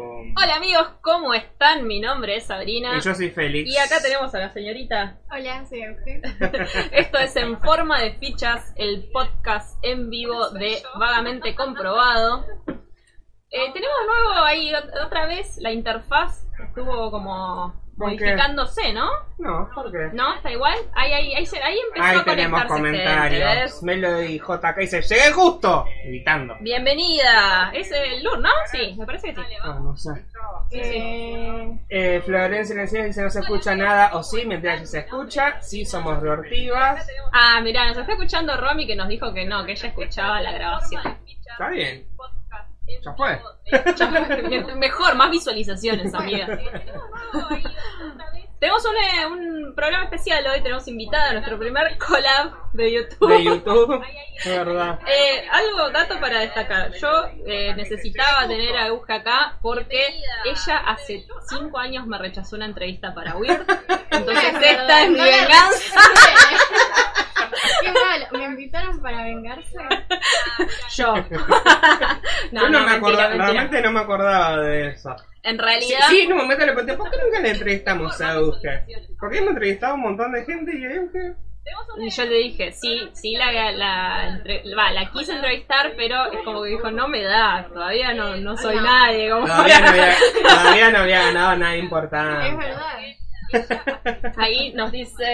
Hola amigos, ¿cómo están? Mi nombre es Sabrina. Y yo soy Félix. Y acá tenemos a la señorita. Hola, soy Eugen. Esto es En Forma de Fichas, el podcast en vivo de Vagamente Comprobado. Eh, tenemos nuevo ahí ot- otra vez la interfaz. Estuvo como ¿Por qué? modificándose, ¿no? No, ¿por qué? ¿No? ¿Está igual? Ahí, ahí, ahí, se- ahí empezó Ahí a tenemos conectarse este, ¿eh? gente, comentarios. ¿ves? Melody JK dice, llegué el gusto. Gritando. Bienvenida. Es el Lur, ¿no? Sí, me parece que sí. Ah, no sé. Sí, sí. Eh, Florencia Lencinas dice, no se escucha nada. O sí, mentira que se escucha. Sí, somos reortivas. Ah, mirá, nos está escuchando Romy que nos dijo que no, que ella escuchaba la grabación. Está bien. Ya fue. Ya, me- Mejor, más visualizaciones, amiga. tenemos un, eh, un programa especial hoy, tenemos invitada a nuestro primer collab de YouTube. De YouTube. Es verdad. Eh, algo, dato para destacar. Yo eh, necesitaba tener a Aguja acá porque ella hace cinco años me rechazó una entrevista para Weird. Entonces esta es mi No la venganza. Qué malo, me invitaron para vengarse. Ah, Yo. Yo no, me mentira, acordaba, mentira. realmente no me acordaba de eso. En Sí, realidad, sí, en un momento le pregunté, ¿por qué nunca le entrevistamos a Euge? Porque hemos entrevistado a un montón de gente y a Euge... Y yo le dije, sí, sí, la, la, entre- va, la quise entrevistar, pero es como que dijo, no me da, todavía no, no soy No. nadie. Como Todavía no para- había, todavía no había ganado nada Es importante. verdad. Ahí nos dicen,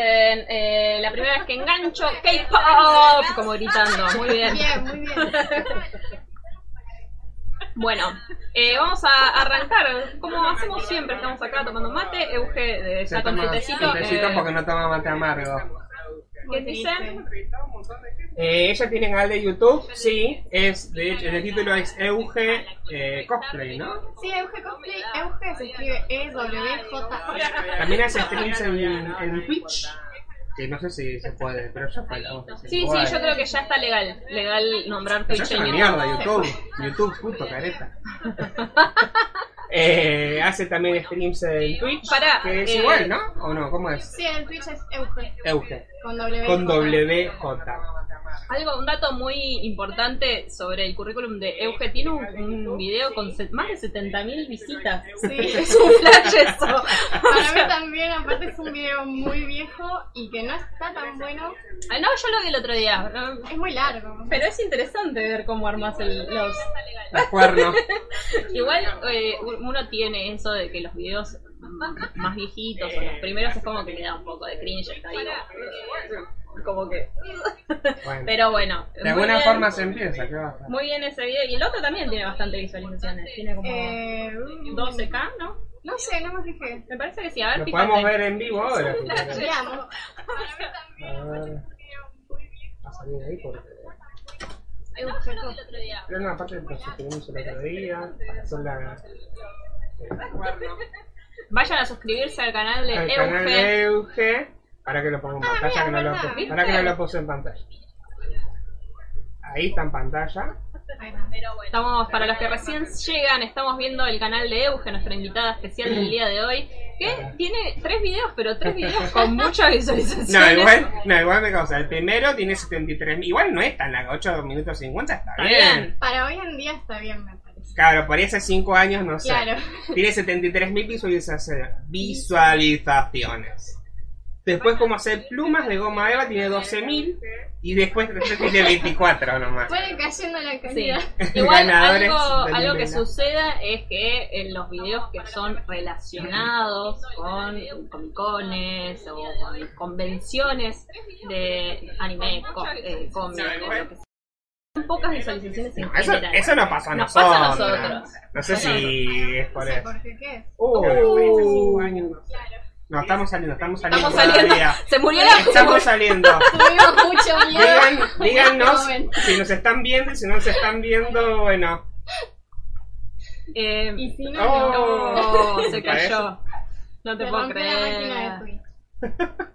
eh, la primera vez que engancho, K-pop, como gritando, muy bien. Bien, muy bien. Bueno, eh, vamos a arrancar, como hacemos siempre, estamos acá tomando mate, Euge eh, Se está con eh. toma chutecito. chistecito porque no toma mate amargo. Muy dicen? triste. Eh, ella tiene canal de YouTube, sí, es de hecho, el título es Euge eh, Cosplay, ¿no? Sí, Euge Cosplay, Euge se escribe E E-W-J-E. También hace streams en, en Twitch, que no sé si se puede, pero ya falamos. Sí, sí, yo creo que ya está legal, legal nombrar Yo soy una Twitch. mierda, YouTube. YouTube, puto careta. Eh, hace también streams en Twitch, Pará, que es eh, igual, ¿no? ¿O no? ¿Cómo es? Sí, en Twitch es Euge. Euge, Con W. con WJ. Algo, un dato muy importante sobre el currículum de Euge. Tiene un, un video con se- más de 70.000 visitas. Sí. Es un flash eso. Para mí también, aparte es un video muy viejo y que no está tan bueno. Ah, no, yo lo vi el otro día. ¿no? Es muy largo. Pero es interesante ver cómo armas el, los... Los cuernos. Igual eh, uno tiene eso de que los videos mm, más viejitos o los primeros es como que me da un poco de cringe. está ahí como- Como que... Bueno, Pero bueno. de muy alguna bien- forma se empieza, ¿qué va a hacer? Muy bien ese video. Y el otro también tiene bastante visualizaciones. Tiene como Eh, 12k, ¿no? no sé, no me fijé. Me parece que sí, a ver, Lo fíjate. podemos ver en vivo ahora. si querés. Veamos. A ver. Va a salir ahí porque. Euge Cosplay. Era una parte que nos suscribimos el otro día. para hacer la- Vayan a suscribirse al canal de El canal Euge. de Euge. Ahora que lo pongo en Ah, pantalla, mira, que no lo, verdad. puse- ahora que no lo puse en pantalla. Ahí está en pantalla. Ahí va. Estamos, para los que recién llegan, estamos viendo el canal de Euge, nuestra invitada especial del día de hoy, que tiene tres videos, pero tres videos con muchas No, visualizaciones. igual, no, igual me causa. El primero tiene 73 Igual no es tan largo, 8 minutos 50 está, Está bien. bien. Para hoy en día está bien, me parece. Claro, por ahí hace 5 años no sé. Claro. Tiene 73.000 visualizaciones. Visualizaciones. Después, como hacer plumas de goma Eva, tiene 12.000. Y después, después tiene 24 nomás. Puede cayendo la Sí. calidad. Igual Ganadores algo, del algo que Nobel. suceda es que en los videos que son relacionados con comicones o con convenciones de anime, co- eh, cómic, o lo que sea, son pocas visualizaciones en No, eso, general. eso no pasa a Nos pasa a nosotros. nosotros. No sé si es por No sé eso. por qué qué es. Uh. No, estamos saliendo, estamos saliendo. Estamos saliendo. todavía. Se murió la Estamos saliendo. Tuvimos mucho miedo. Digan- díganos Joven. si nos están viendo y si no nos están viendo, bueno. Eh, Y si no, no. no, Oh. se cayó. No te Se puedo rompió la máquina de creer. Twitch.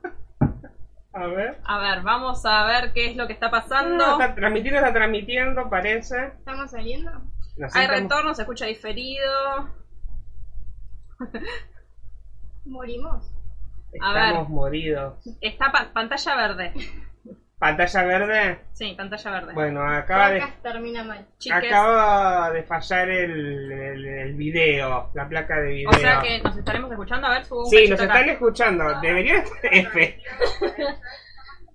A ver. A ver, vamos a ver qué es lo que está Ah, pasando. está transmitiendo, está transmitiendo, parece. ¿Estamos saliendo? Nos Hay estamos- retorno, se escucha diferido. Morimos. A ver. Estamos moridos. Está pa- pantalla verde. ¿Pantalla verde? Sí, pantalla verde. Bueno, acaba de, Podcast termina mal. Chiques, acaba de fallar el, el- el video, la placa de video. o sea que nos estaremos escuchando. A ver, subo un Sí, cachito nos están acá. Ah. escuchando. Debería estar F.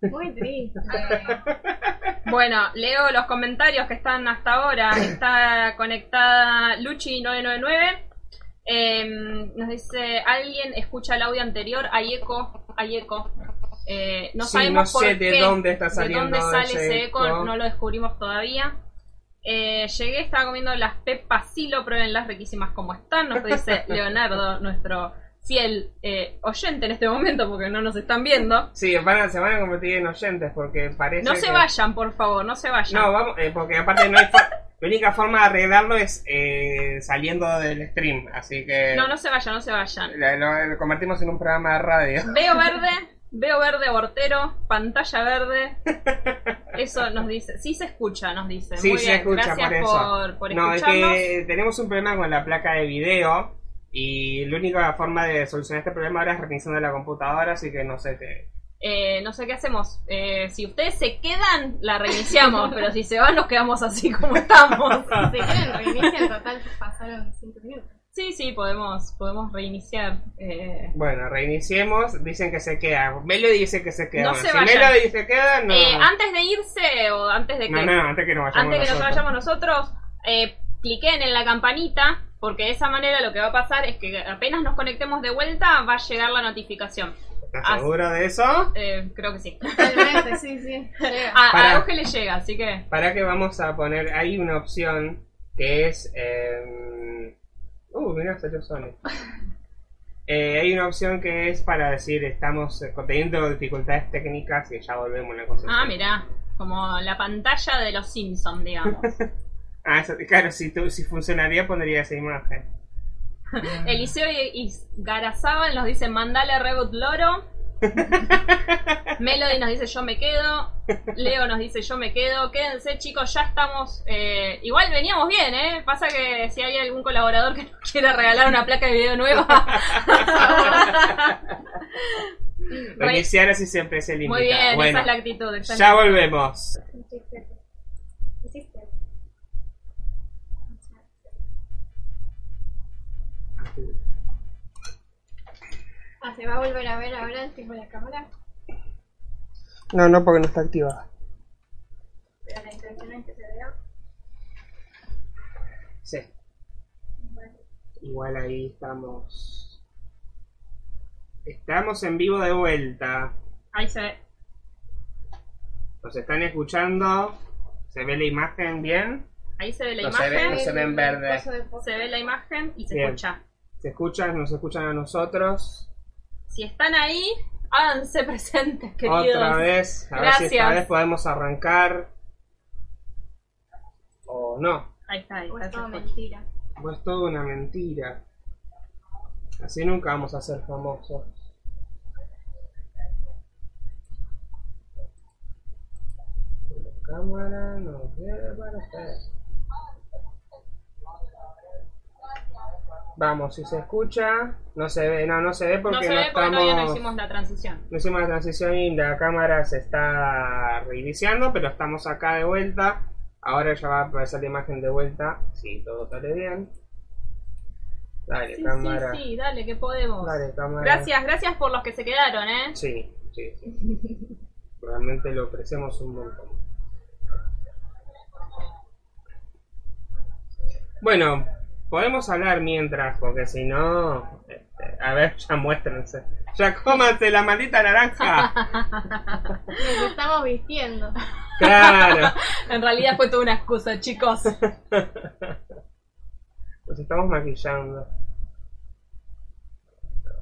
Muy triste. Eh, Bueno, leo los comentarios que están hasta ahora. Está conectada Luchi999. Em, nos dice, ¿alguien escucha el audio anterior? Hay eco, hay eco. Eh, no Sí, sabemos no sé por de qué, dónde está saliendo de dónde sale ese ese eco, eco. no lo descubrimos todavía. Eh, llegué, estaba comiendo las pepas silo, pruébenlas riquísimas como están, nos dice Leonardo, nuestro fiel eh, oyente en este momento porque no nos están viendo. Sí, van a- se van a convertir en oyentes porque parece. No se que- vayan, por favor, no se vayan. No, vamos, eh, porque aparte no hay. for- La única forma de arreglarlo es eh, saliendo del stream, así que. No, no se vayan, no se vayan. la- Lo, lo convertimos en un programa de radio. Veo verde, veo verde abortero, pantalla verde. Eso nos dice. Sí se escucha, nos dice. Sí, Muy se bien, escucha gracias por eso. por, por no, es escucharnos. que tenemos un problema con la placa de video y la única forma de solucionar este problema ahora es reiniciando la computadora, así que no sé qué. Eh, no sé qué hacemos. Eh, si ustedes se quedan, la reiniciamos, pero si se van, nos quedamos así como estamos. Se quieren reiniciar, en total pasaron 5 minutos. Sí, sí, podemos, podemos reiniciar. Eh, Bueno, reiniciemos, dicen que se queda. Melo dice que se queda. No Bueno, se si vayan. Melo dice que queda, no. eh, antes de irse o antes de que no, no, antes que nos vayamos. antes que nos nosotros. vayamos nosotros, eh, cliquen en la campanita, porque de esa manera lo que va a pasar es que apenas nos conectemos de vuelta va a llegar la notificación. ¿Estás seguro de eso? Eh, creo que sí. Totalmente, sí, sí. Llega. A, Para. a Euge le llega, así que... Para que vamos a poner. Hay una opción que es. eh, Uh, mirá, salió Sonic. Eh, hay una opción que es para decir estamos eh, teniendo dificultades técnicas y ya volvemos a la cosa. Ah, mirá, como la pantalla de los Simpsons, digamos. Ah, eso- claro, si, tu- si funcionaría pondría esa imagen. Eliseo y Garazábal nos dice mandale reboot loro. Melody nos dice yo me quedo. Leo nos dice yo me quedo. Quédense chicos, ya estamos. eh, igual veníamos bien, ¿eh? Pasa que si hay algún colaborador que nos quiera regalar una placa de video nueva. Re- Reiniciar así siempre es el Muy invitado. bien, bueno, esa es la actitud. esa es la- ya volvemos. Ah, se va a volver a ver ahora el tipo de la cámara. No, no, porque no está activada. Pero la intención es que se vea. Sí. Igual ahí estamos. Estamos en vivo de vuelta. Ahí se ve. Nos están escuchando. ¿Se ve la imagen bien? Ahí se ve la No se imagen. ve. se ve en El verde. coso de post- se ve la imagen y se Bien. escucha. ¿Se escuchan? ¿Nos escuchan a nosotros? Si están ahí, háganse presentes, queridos. Otra vez. A ver si esta Gracias. vez podemos arrancar. O no. Ahí está, ahí o está. es se todo escucha. mentira. Pues es toda una mentira. Así nunca vamos a ser famosos. La cámara no lleva a hacer. Vamos, si se escucha, no se ve, no, no se ve porque no no, se ve porque estamos. todavía no hicimos la transición. No hicimos la transición y la cámara se está reiniciando, pero estamos acá de vuelta. Ahora ya va a aparecer la imagen de vuelta, si todo sale bien. Dale, Sí, cámara. sí, sí, dale, que podemos. Dale, cámara. Gracias, gracias por los que se quedaron, ¿eh? Sí, sí, sí. Realmente lo ofrecemos un montón. Bueno, podemos hablar mientras, porque si no. este, a ver, ya muéstrense. Ya cómate la maldita naranja. Nos estamos vistiendo. Claro. En realidad fue toda una excusa, chicos. Nos estamos maquillando.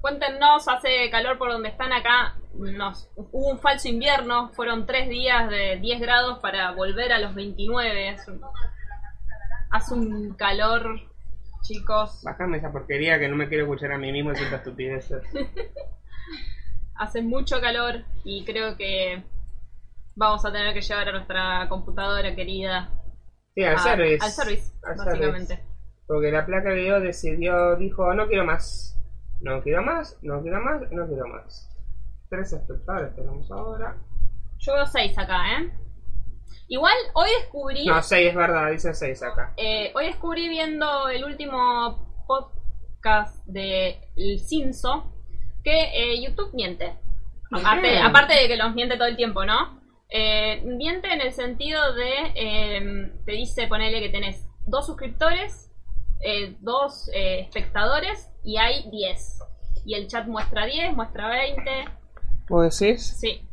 Cuéntenos, hace calor por donde están acá. Nos, hubo un falso invierno, fueron tres días de 10 grados para volver a los 29. Es un- hace un calor, chicos. Bájame esa porquería que no me quiero escuchar a mí mismo diciendo estupideces. Hace mucho calor y creo que vamos a tener que llevar a nuestra computadora querida Sí, al a- service. Ah, al service, Al service. básicamente. Porque la placa de video decidió, dijo, no quiero más. No quiero más, no quiero más, no quiero más. Tres espectadores tenemos ahora. Yo veo 6 acá, ¿eh? Igual hoy descubrí. No, 6 es verdad, dice 6 acá. eh, hoy descubrí viendo el último podcast de El Cinso que eh, YouTube miente. Aparte, Ok. aparte de que los miente todo el tiempo, ¿no? Eh, miente en el sentido de. eh, te dice, ponele que tenés dos suscriptores, eh, dos eh, espectadores y hay 10. Y el chat muestra 10, muestra 20. ¿Vos decís? Sí.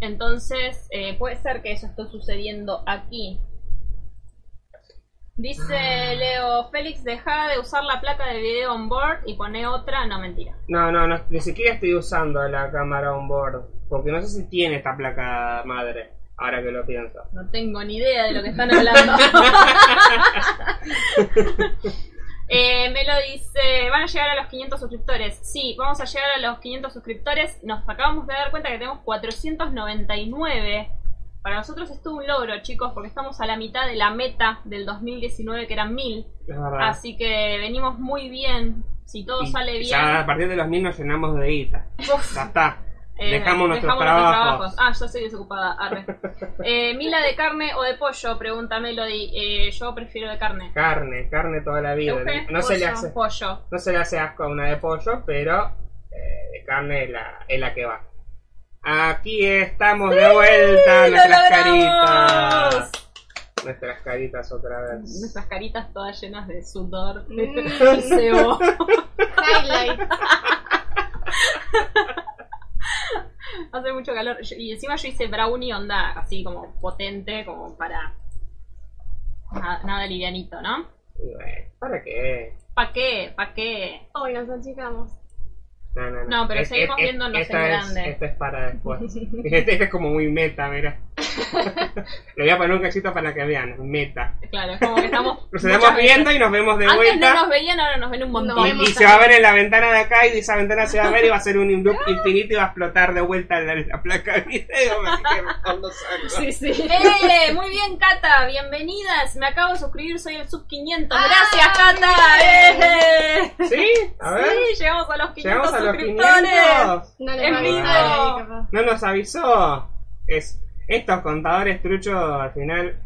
Entonces, eh, puede ser que eso esté sucediendo aquí. Dice Leo, Félix, deja de usar la placa de video on board y pone otra. No, mentira. No, no, no, ni siquiera estoy usando la cámara on board. Porque no sé si tiene esta placa madre, ahora que lo pienso. No tengo ni idea de lo que están hablando. Eh, me lo dice, van a llegar a los 500 suscriptores. Sí, vamos a llegar a los 500 suscriptores. Nos acabamos de dar cuenta que tenemos 499. Para nosotros esto es un logro, chicos, porque estamos a la mitad de la meta del 2019, que eran 1000. Es verdad. Así que venimos muy bien. Si Ah, todo Y sale bien, Ya a partir de los mil nos llenamos de guita. uf, Ya está. eh, dejamos nuestros trabajos. Ah, yo soy desocupada. arre. Eh, ¿Mila de carne o de pollo? Pregunta Melody. Eh, yo prefiero de carne. Carne, carne toda la vida. Euge, No se, le pollo, hace, Pollo. no se le hace asco a una de pollo, pero eh, de carne es la, es la que va. Aquí estamos de vuelta, ¡Lo Ah, nuestras logramos! Mm, caritas. Nuestras caritas otra vez. Nuestras caritas todas llenas de sudor Mm. y sebo. Highlight. Hace mucho calor. Yo- Y encima yo hice brownie onda así como potente, como para na- nada, livianito, ¿no? Y bueno, ¿Para qué? ¿Pa qué? ¿Pa qué? Hoy nos achicamos. No, no, no. No, pero seguimos viéndonos en esta es- grande. Esta es para después. este, este es como muy meta, mira. Le voy a poner un cachito para que vean. Meta. Claro, es como que estamos. Nos muchas estamos veces- viendo y nos vemos de Antes vuelta. no nos veían, ahora nos ven un montón. No, Y- y, vemos se va a también. ver en la ventana de acá y esa ventana se va a ver y va a ser un loop infinito y va a explotar de vuelta la, la placa de video. así que mejor no salgo. Sí, sí. ¡Eh! Muy bien, Cata, bienvenidas. Me acabo de suscribir, soy el sub 500. Ah, Gracias, Cata. ¡Eh! ¿Sí? A ver. Sí, llegamos a los 500 Llegamos a los suscriptores. 500. No En les va a vivo. avisar, capaz. No nos avisó. Es, estos contadores truchos al final.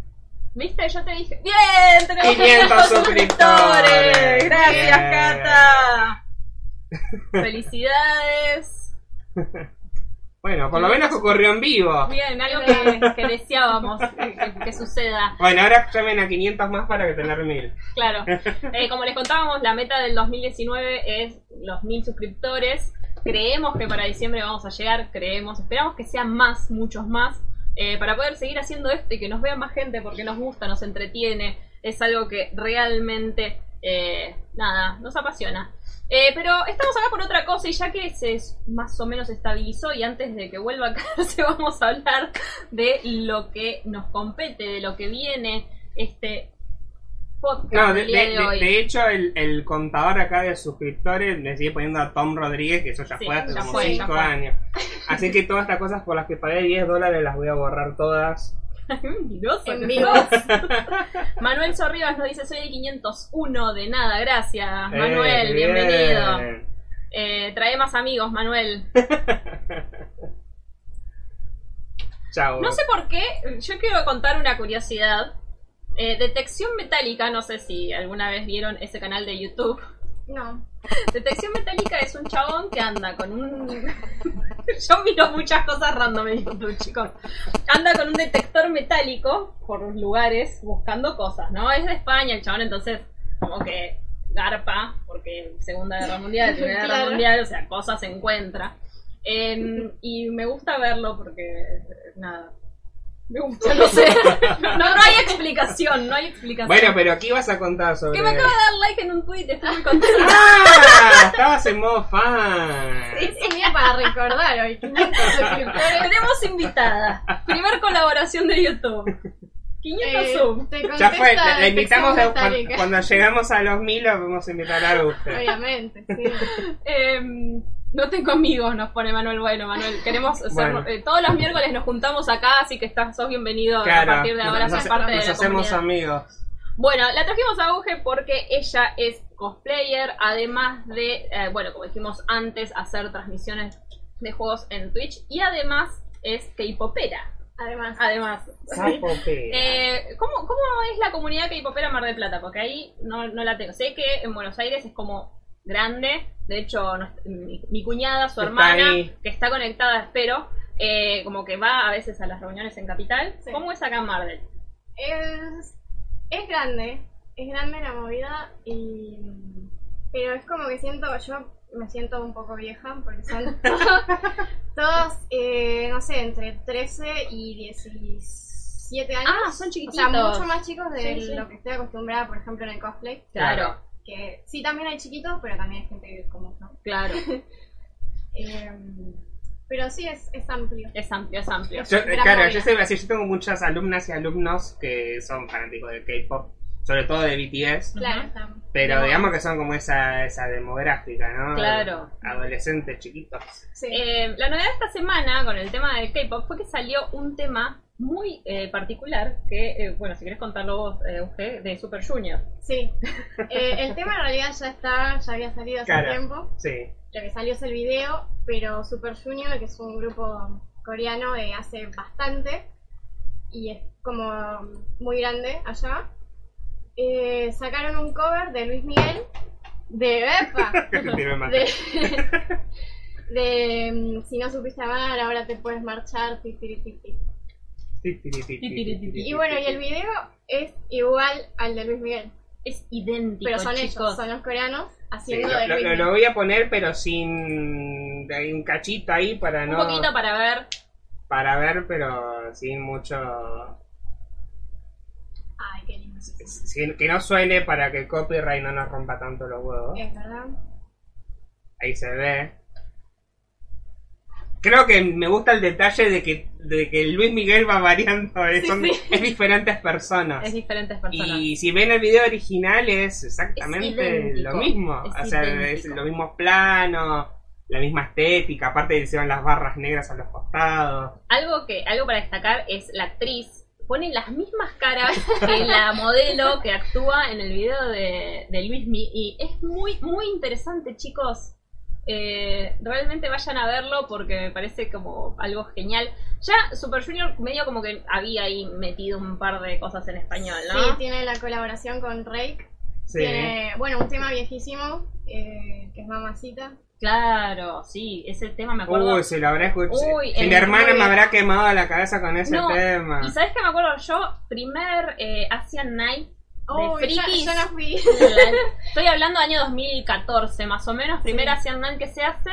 ¿Viste? Yo te dije. ¡Bien! Tenemos 500 suscriptores. Gracias, Bien. Cata. Felicidades. Bueno, por lo menos ocurrió en vivo. Bien, algo que, que deseábamos que, que suceda. Bueno, ahora llamen a 500 más para que tener 1000. Claro. Eh, como les contábamos, la meta del 2019 es los mil suscriptores. Creemos que para diciembre vamos a llegar, creemos, esperamos que sean más, muchos más, eh, para poder seguir haciendo esto y que nos vea más gente porque nos gusta, nos entretiene, es algo que realmente, eh, nada, nos apasiona. Eh, pero estamos acá por otra cosa y ya que se es- más o menos estabilizó y antes de que vuelva a caerse vamos a hablar de lo que nos compete, de lo que viene este podcast No, de, del día de- de, de- hoy. de hecho, el, el contador acá de suscriptores le sigue poniendo a Tom Rodríguez, que eso ya Sí, fue hace ya como fue, ya 5 fue. años. Así que todas estas cosas por las que pagué 10 dólares las voy a borrar todas. Mentiroso, En que vivo. sos. Manuel Sorribas nos dice, soy de 501, de nada, gracias. Manuel, Eh, bienvenido. bien. Eh, trae más amigos, Manuel. Chao. No sé por qué, yo quiero contar una curiosidad. Eh, Detección Metálica, no sé si alguna vez vieron ese canal de YouTube. No. Detección Metálica es un chabón que anda con un... Yo miro muchas cosas random en YouTube, chicos. Anda con un detector metálico por lugares buscando cosas, ¿no? Es de España el chabón, entonces como que garpa, porque Segunda Guerra Mundial, Primera Guerra Claro. Mundial, o sea, cosas se encuentra. Em, y me gusta verlo porque, nada, me gusta, no sé. No, no hay explicación, no hay explicación. Bueno, pero aquí vas a contar sobre. que me acaba de dar like en un tweet, estoy muy contenta. ¡Ah! Estabas en modo fan. Es un día para recordar hoy. 500 suscriptores. Tenemos invitada. Primer colaboración de YouTube. 500 Eh, sub. te Ya contesta fue, la, la detección invitamos de- cuan- metálica. cuando, llegamos a los mil, la vamos a invitar a usted. Obviamente, sí. Em, no tengo amigos, nos pone Manuel. Bueno, Manuel, queremos ser- Bueno. eh, todos los miércoles nos juntamos acá, así que estás, sos bienvenido Claro, a partir de ahora, nos, sos hace- parte de nos la hacemos comunidad. amigos. Bueno, la trajimos a Auge porque ella es cosplayer, además de, eh, bueno, como dijimos antes, hacer transmisiones de juegos en Twitch y además es K-popera. Además, Además, Ah, ¿sí? Zapopea. Eh, ¿cómo, ¿Cómo es la comunidad K-popera en Mar del Plata? Porque ahí no, no la tengo. Sé que en Buenos Aires es como grande. De hecho, no- mi, mi cuñada, su Está hermana, ahí. que está conectada, espero, eh, como que va a veces a las reuniones en Capital. Sí. ¿Cómo es acá en Mar del? es, es grande, es grande la movida y... Pero es como que siento, yo me siento un poco vieja porque son todos, todos, eh, no sé, entre 13 y 17 años. Ah, son o chiquititos. sea, mucho más chicos de Sí, sí. lo que estoy acostumbrada, por ejemplo, en el cosplay. Claro, Que sí, también hay chiquitos, pero también hay gente como yo. claro. Em, pero sí, es, es amplio. Es amplio, es amplio. Yo, Gran claro, novela. yo, sé- así, yo tengo muchas alumnas y alumnos que son fanáticos del K-pop, sobre todo de BTS, Claro, Ujú. está- pero no, digamos que son como esa, esa demográfica, ¿no? Claro. Adolescentes chiquitos. sí. Eh, la novedad de esta semana con el tema del K-pop fue que salió un tema muy eh, particular que, eh, bueno, si querés contarlo vos, eh, Euge, de Super Junior. Sí. Eh, el tema en realidad ya está, ya había salido hace Claro. tiempo. Sí, Lo que salió es el video, pero Super Junior, que es un grupo coreano, eh, hace bastante y es como muy grande allá. Eh, sacaron un cover de Luis Miguel de Epa, que te iba a matar. de, de, mm, si no supiste amar, ahora te puedes marchar. ti, ti, ti, ti. Ti, ti, ti, ti, ti, ti, ti, ti, Y bueno, ti, y el video es igual al de Luis Miguel, Es idéntico, pero son chicos. ellos, son los coreanos Sí, haciendo lo, de lo- Luis lo- Miguel. lo voy a poner, pero sin. Hay un cachito ahí para Un no. poquito para ver. Para ver, pero sin mucho. Ay, qué lindo. sin- que no suene para que el copyright no nos rompa tanto los huevos. Es verdad. Ahí se ve. Creo que me gusta el detalle de que, de que Luis Miguel va variando, eh, son- es diferentes personas. Es diferentes personas. Ah. Y si ven el video original es exactamente Es idéntico, lo mismo. es o sea, es idéntico. los mismos planos, la misma estética. Aparte hicieron las barras negras a los costados. Algo que algo para destacar es la actriz. Pone las mismas caras que la modelo que actúa en el video de, de Luismi. Y es muy, muy interesante, chicos. Eh, realmente vayan a verlo porque me parece como algo genial. Ya Super Junior medio como que había ahí metido un par de cosas en español, Sí, ¿no? tiene la colaboración con Rake. Sí. Tiene, bueno, un tema viejísimo, eh, que es Mamacita. Claro, sí, ese tema me acuerdo. Uy, se lo habrá escuchado. Uy, Mi el hermana me novio. habrá quemado la cabeza con ese No, tema. Y sabes que me acuerdo yo, primer eh, Asian Night Oh, de ya, frikis. ya nos vi. La- Estoy hablando año 2014, más o menos, primera Asian Night que se hace.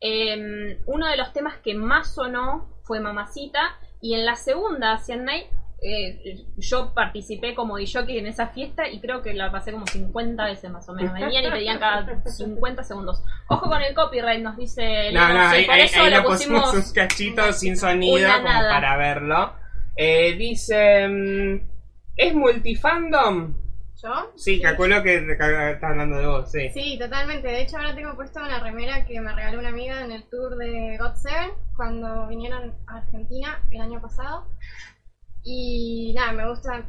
Eh, uno de los temas que más sonó fue Mamacita. Y en la segunda Asian Night, eh, yo participé como DJ en esa fiesta y creo que la pasé como 50 veces más o menos. Venían y pedían cada 50 segundos. Ojo con el copyright, nos dice. No, Leo, no, sí, ahí, por ahí- eso ahí lo le pusimos, pusimos. sus cachitos sin sonido Una como nada. para verlo. Eh, dice, mm, ¿es multifandom? ¿Yo? Sí, calculo que que está hablando de vos, sí. Sí, totalmente. De hecho, ahora tengo puesto una remera que me regaló una amiga en el tour de God Seven cuando vinieron a Argentina el año pasado. Y nada, me gustan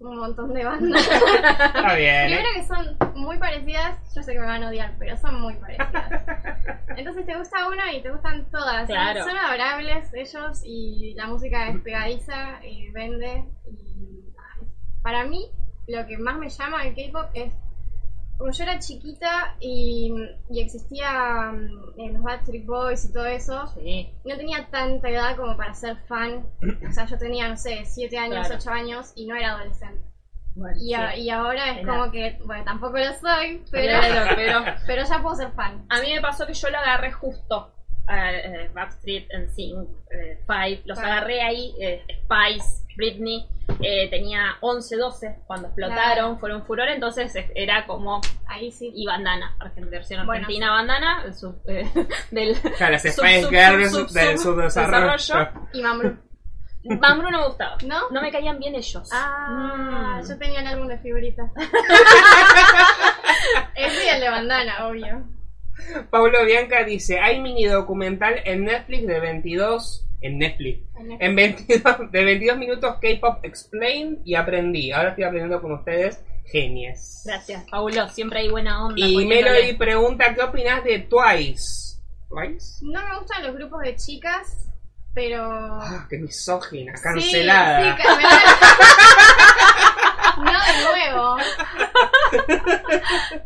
un montón de bandas. Está bien. ¿eh? Primero que son muy parecidas, yo sé que me van a odiar, pero son muy parecidas. Entonces te gusta una y te gustan todas. Son- Claro. Son, adorables ellos y la música es pegadiza, eh, vende. Y para mí, lo que más me llama del K-pop es. Como yo era chiquita y, y existía mm, eh, los Backstreet Boys y todo eso, Sí. no tenía tanta edad como para ser fan. O sea, yo tenía, no sé, 7 años, Claro. 8 años y no era adolescente. Bueno, Y, a- y ahora es Era. como que, bueno, tampoco lo soy, pero, Claro, pero pero ya puedo ser fan. a mí me pasó que yo lo agarré justo a eh, Backstreet and Sync, eh, Five, los Claro. agarré ahí, eh, Spice, Britney, eh, tenía 11, 12 cuando explotaron, Claro. fueron furor, entonces eh, era como, Ahí sí. y bandana, Argen- versión Bueno, argentina bandana, eh, sub- eh, del Claro, las Sub, Spice sub, Girls sub, sub, del sub, subdesarrollo. desarrollo. Y Mambrú. Bambru no me gustaba, ¿No? no me caían bien ellos. Ah, Mm. yo tenía el álbum de figuritas. Ese y el de bandana, obvio. Pablo Bianca dice, hay mini documental en Netflix de 22... En Netflix. Eh, En 22, de 22 minutos K-Pop Explain y aprendí. Ahora estoy aprendiendo con ustedes. Genies. Gracias, Paulo, siempre hay buena onda. Y poniéndole- Melody pregunta, ¿qué opinas de Twice? ¿Twice? No me gustan los grupos de chicas Pero. Ah, qué misógina, Sí, cancelada. sí, cancelada. no de nuevo.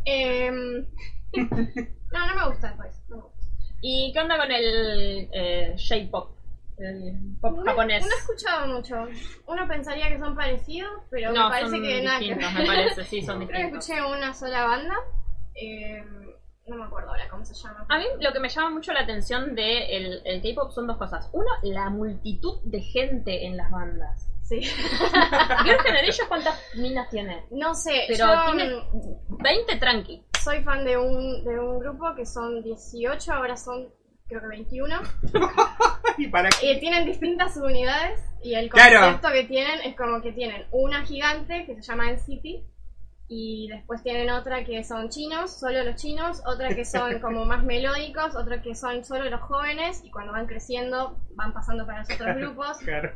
Em, no, no me gusta pues. No me gusta. ¿Y qué onda con el eh, J-pop? El pop No, japonés. No he escuchado mucho. Uno pensaría que son parecidos, pero No, me parece son que nada que distintos, ver. me parece, sí, son Creo que distintos. escuché una sola banda. em, no me acuerdo ahora cómo se llama. A mí lo que me llama mucho la atención de el, el K-pop son dos cosas. Uno, la multitud de gente en las bandas. Sí. Girls' Generation, ¿cuántas minas tiene? No sé, Pero yo tiene mm, 20 tranqui. soy fan de un, de un grupo que son 18, ahora son creo que 21. ¿Y para qué? Y tienen distintas unidades y el Claro. concepto que tienen es como que tienen una gigante que se llama El City y después tienen otra que son chinos, solo los chinos, otra que son como más melódicos, otra que son solo los jóvenes y cuando van creciendo van pasando para los otros grupos. Claro,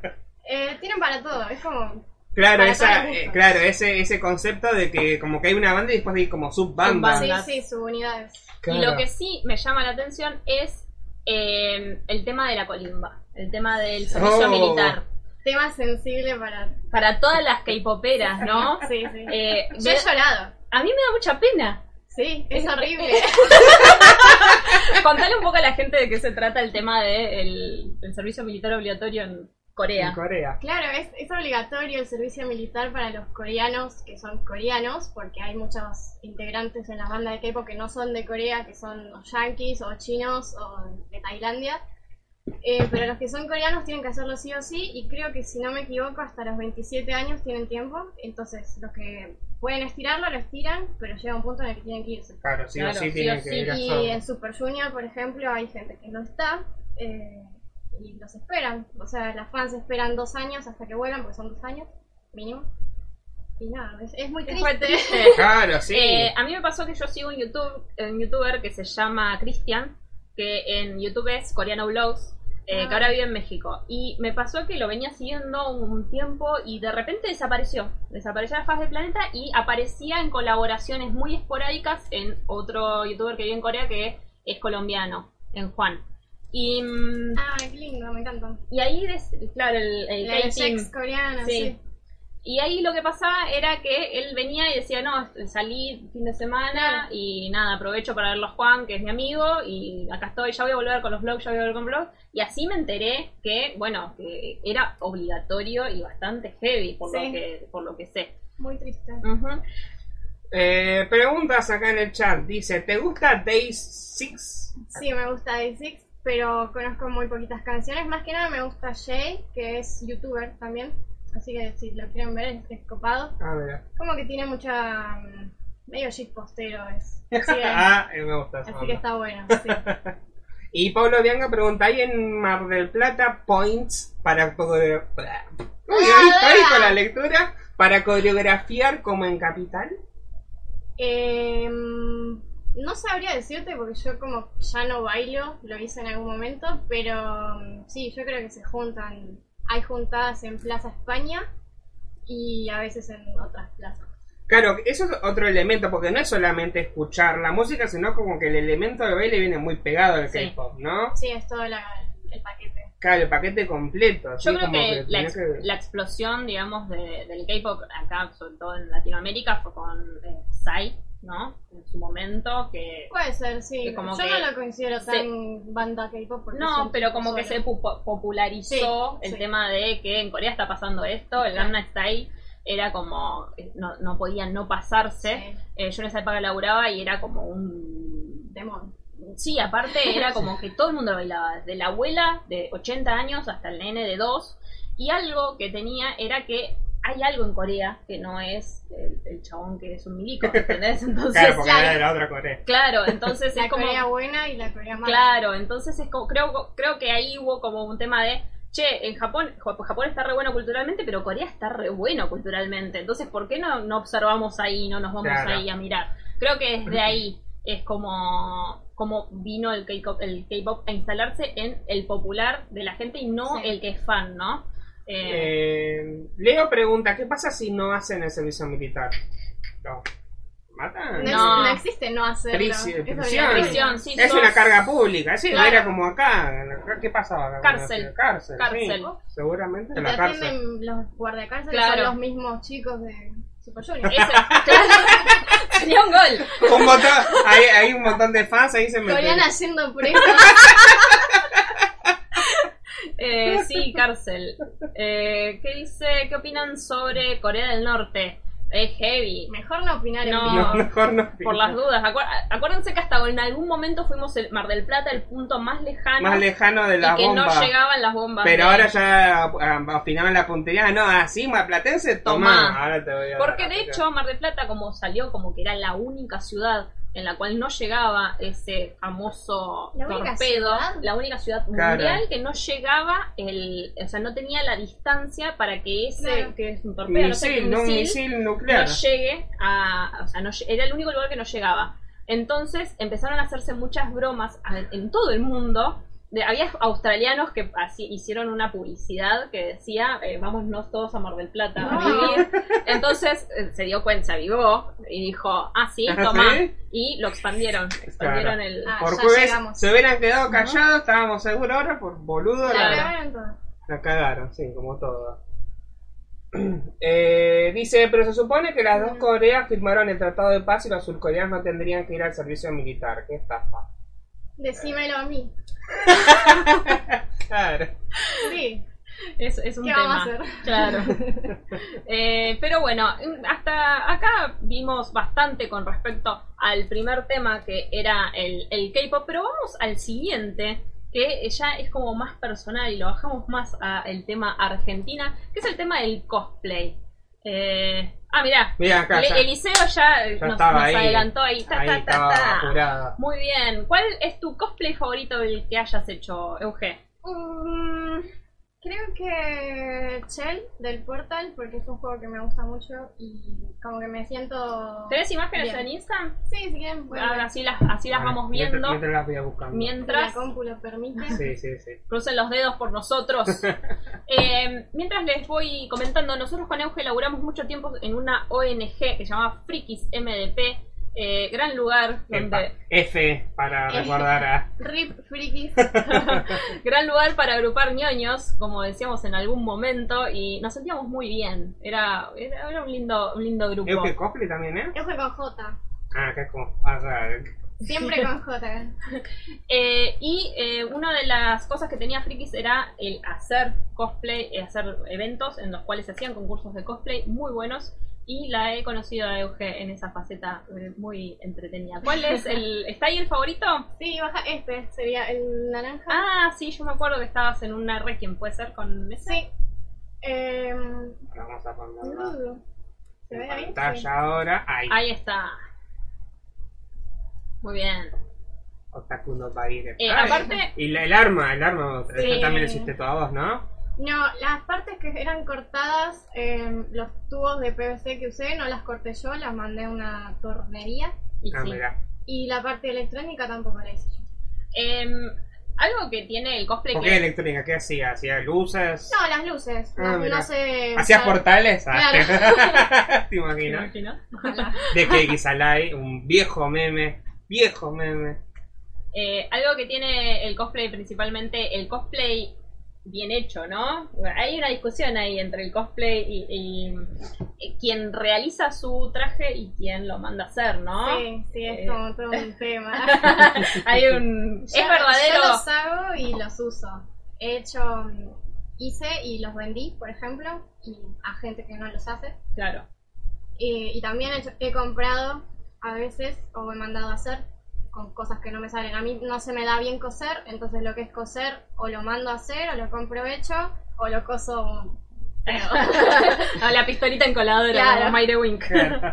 Eh, tienen para todo, es como... Claro, Para esa, todos los eh, gustos. claro ese, ese concepto de que como que hay una banda y después hay como Bandas. subbandas. Sí, sí, subunidades. Y lo que sí me llama la atención es eh, el tema de la colimba, el tema del servicio Oh. militar. Tema sensible para... Para todas las K-poperas, ¿no? Sí, sí. Eh, Yo he de- llorado. a mí me da mucha pena. Sí, es horrible. Contale un poco a la gente de qué se trata el tema del el servicio militar obligatorio en En Corea. Corea. Claro, es, es obligatorio el servicio militar para los coreanos que son coreanos, porque hay muchos integrantes en las bandas de K-pop que no son de Corea, que son o yanquis o chinos o de Tailandia. Eh, pero los que son coreanos tienen que hacerlo sí o sí, y creo que si no me equivoco, hasta los 27 años tienen tiempo. Entonces, los que pueden estirarlo, lo estiran, pero llega un punto en el que tienen que irse. Claro, sí Claro, o sí sí tienen o que sí. ir a Y Seoul. en Super Junior, por ejemplo, hay gente que no está eh, y los esperan. O sea, las fans esperan dos años hasta que vuelan, porque son dos años mínimo. Y nada, es, es muy Es re triste. triste. Claro, sí. Eh, a mí me pasó que yo sigo un, YouTube, un youtuber que se llama Cristian, que en YouTube es Coreano Vlogs, eh, Ah. que ahora vive en México. Y me pasó que lo venía siguiendo un tiempo y de repente desapareció. Desapareció la faz del planeta y aparecía en colaboraciones muy esporádicas en otro youtuber que vive en Corea que es colombiano, en Juan. Y, mm, Ah, qué lindo, me encanta. y ahí, des- claro, el, el La de K-Team. Jax coreana, Sí. sí. Y ahí lo que pasaba era que él venía y decía, no, salí fin de semana y nada, aprovecho para verlo a Juan, que es mi amigo, y acá estoy, ya voy a volver con los blogs, ya voy a volver con blogs. Y así me enteré que, bueno, que era obligatorio y bastante heavy, por, lo, Sí. que, por lo que sé. Muy triste. Ujú. Eh, preguntas acá en el chat. Dice, ¿te gusta Day 6? Sí, me gusta Day6, pero conozco muy poquitas canciones. Más que nada me gusta Jay, que es youtuber también. Así que si lo quieren ver, es- es copado. Ah, mira. Como que tiene mucha. mm, medio shit postero es. Así, que- ah, eh, me gusta. esa así onda. que está bueno. sí. Y Pablo Bianca pregunta, ¿hay en Mar del Plata points para eh, coreografiar? estoy con la lectura. ¿Para coreografiar como en Capital? Em, no sabría decirte porque yo, como ya no bailo, lo hice en algún momento, pero mm, sí, yo creo que se juntan. Hay juntadas en Plaza España y a veces en otras plazas. Claro, eso es otro elemento, porque no es solamente escuchar la música, sino como que el elemento de baile viene muy pegado al Sí. K-pop, ¿no? Sí, es todo la- el paquete. Claro, el paquete completo. así Yo creo como que, la, tenés ex- la explosión, digamos, de- del K-pop acá, sobre todo en Latinoamérica, fue con eh, Psy, ¿no? En su momento, que Puede ser, sí. Es como yo que no lo considero se- tan banda K-pop porque No, son pero como que solos. se pu- popularizó Sí, el sí. tema de que en Corea está pasando esto, el Claro. Gangnam Style era como, eh, no, no podía no pasarse. Sí, Eh, yo en esa época laburaba y era como un... temón. Sí, aparte era como que todo el mundo bailaba, desde la abuela de 80 años hasta el nene de 2, y algo que tenía era que hay algo en Corea que no es el, el chabón que es un milico, ¿entendés? Entonces, Claro, porque claro. era de la otra Corea. claro, entonces La es como... Corea buena y la Corea mala. Claro, entonces es como, creo, creo que ahí hubo como un tema de, che, en Japón, Jo- Japón está re bueno culturalmente, pero Corea está re bueno culturalmente, entonces ¿por qué no, no observamos ahí, no nos vamos Claro. ahí a mirar? Creo que desde ahí es como, como vino el K-pop el K-pop a instalarse en el popular de la gente y no Sí. el que es fan, ¿no? Eh, Eh, Leo pregunta, ¿qué pasa si no hacen el servicio militar? No. matan. No, es- No. no existe no hacerlo. Prisi- Es prisión. obligatorio. Prisión, sí, Es sos- una carga pública, sí, Claro. era como acá. ¿Qué pasaba acá? Cárcel. Cárcel, Cárcel. sí, seguramente en Te la cárcel. atienden los guardacárceles, Claro. son los mismos chicos de Super Junior. Ese, claro. Sería un gol. Un montón, hay, hay un montón de fans ahí se me Coreana yendo presa. Eh, sí, cárcel. Eh, ¿Qué dice? ¿Qué opinan sobre Corea del Norte? Es heavy. Mejor no opinar No. en vivo. No, mejor no. Por las dudas. Acuer- acuérdense que hasta en algún momento fuimos el Mar del Plata, el punto más lejano. Más lejano de las y que bombas. no llegaban las bombas. Pero de- ahora ya ah, afinaban la puntería. No, ah, así, maplatense, toma. Tomá. Ahora te voy a dar Porque la de puntería. hecho Mar del Plata como salió como que era la única ciudad en la cual no llegaba ese famoso ¿La única torpedo, ciudad? la única ciudad Claro. mundial que no llegaba el, o sea, no tenía la distancia para que ese Claro. que es un torpedo, no sé, Misil, un no, un misil, misil nuclear. no llegue a, o sea, no lle- era el único lugar que no llegaba. Entonces empezaron a hacerse muchas bromas a- en todo el mundo. De- había australianos que así hicieron una publicidad que decía, eh, vámonos todos a Mar del Plata a No. vivir. Entonces eh, se dio cuenta, se avivó y dijo, ah, sí, Ah, toma. ¿sí? Y lo expandieron. Expandieron el... Ah, Por ya jueves llegamos. se hubieran quedado Ujú. callados, estábamos seguros ahora por boludo. La Claro. La, cagaron todos. la cagaron, sí, como todo. Eh, dice, pero se supone que las dos Coreas firmaron el tratado de paz y los surcoreanos no tendrían que ir al servicio militar. Qué estafa. Decímelo a mí. Claro. Sí. Es, es un ¿Qué tema. vamos a hacer? Claro. Eh, pero bueno, hasta acá vimos bastante con respecto al primer tema que era el, el K-pop, pero vamos al siguiente que ya es como más personal y lo bajamos más al tema Argentina, que es el tema del cosplay. Eh, ah, mirá, Mira acá. Le- ya- Eliseo ya, eh, ya nos, estaba nos ahí. adelantó ahí. Ta, ahí ta, ta, estaba ta. apurada. Muy bien, ¿cuál es tu cosplay favorito del que hayas hecho, Euge? Mm, creo que Shell del Portal, porque es un juego que me gusta mucho y como que me siento. ¿Tenés imágenes Bien. en Instagram? Sí, si quieren, bueno, Ahora así las, así las Vale, vamos mientras- viendo. Mientras las voy a buscando. Mientras la compu lo permite. Sí, sí, sí. crucen los dedos por nosotros. Eh, mientras les voy comentando, nosotros con Euge laburamos mucho tiempo en una ONG que se llamaba Frikis MDP, eh, gran lugar Epa, donde F para recordar a. Rip Frikis. gran lugar para agrupar ñoños, como decíamos en algún momento, y nos sentíamos muy bien. Era, era, era un lindo, un lindo grupo. Euge Cosplay también, ¿eh? Yo fue con J. Ah, acá es como. ah, claro. Siempre con J. Eh, y eh, una de las cosas que tenía Frikis era el hacer cosplay, eh, hacer eventos en los cuales se hacían concursos de cosplay muy buenos. Y la he conocido a Euge en esa faceta eh, muy entretenida. ¿Cuál es el. ¿Está ahí el favorito? Sí, baja este, sería el naranja. Ah, sí, yo me acuerdo que estabas en una requiem, ¿puede ser? Con ese. Sí. Em, Ahora vamos a ponerla uh, ¿Se ve en ahí? pantalla Sí. ahora. Ahí. Ahí está. Muy bien. Otaku no va a ir. Eh, Ay. Ah, aparte- Y la- el arma, el arma. Sí. Esto también lo hiciste todos, ¿no? No, las partes que eran cortadas, em, los tubos de PVC que usé, no las corté yo, las mandé a una tornería. Y Ah, sí. mira. Y la parte electrónica tampoco la hice yo. Em, algo que tiene el cosplay ¿Por que- qué electrónica? ¿Qué hacía? ¿Hacía luces? No, las luces. Ah, No, mira. no sé. ¿Hacías usar- portales? Ah, ¿Te ¿Te imaginas? imaginas? Ojalá. De que Alay, un viejo meme. Viejo meme. Eh, algo que tiene el cosplay principalmente, el cosplay bien hecho, ¿no? Bueno, Hay una discusión ahí entre el cosplay y, y, eh, quien realiza su traje y quien lo manda a hacer, ¿no? Sí, sí, es Eh. como todo un tema. Hay un... Yo- es verdadero... Yo los hago y los uso. He hecho, mm, hice y los vendí, por ejemplo, y a gente que no los hace. Claro. Eh, y también he, hecho- he comprado a veces o he mandado a hacer con cosas que no me salen. A mí no se me da bien coser, entonces lo que es coser o lo mando a hacer o lo compro hecho o lo coso A la pistolita encoladora, Claro. como Mayre Wink.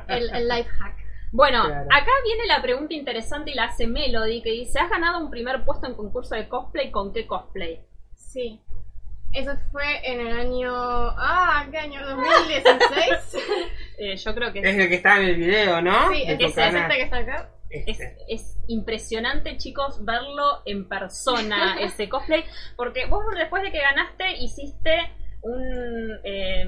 el, el life hack. Bueno, Claro. acá viene la pregunta interesante y la hace Melody, que dice, ¿has ganado un primer puesto en concurso de cosplay? ¿Con qué cosplay? Sí. Eso fue en el año... Ah, ¿qué año? 2016. Eh, yo creo que Es el que está en el video, ¿no? sí, De tu el que es canal. este que está acá. Es, Este. es impresionante, chicos, verlo en persona, ese cosplay. Porque vos después de que ganaste, hiciste un... eh,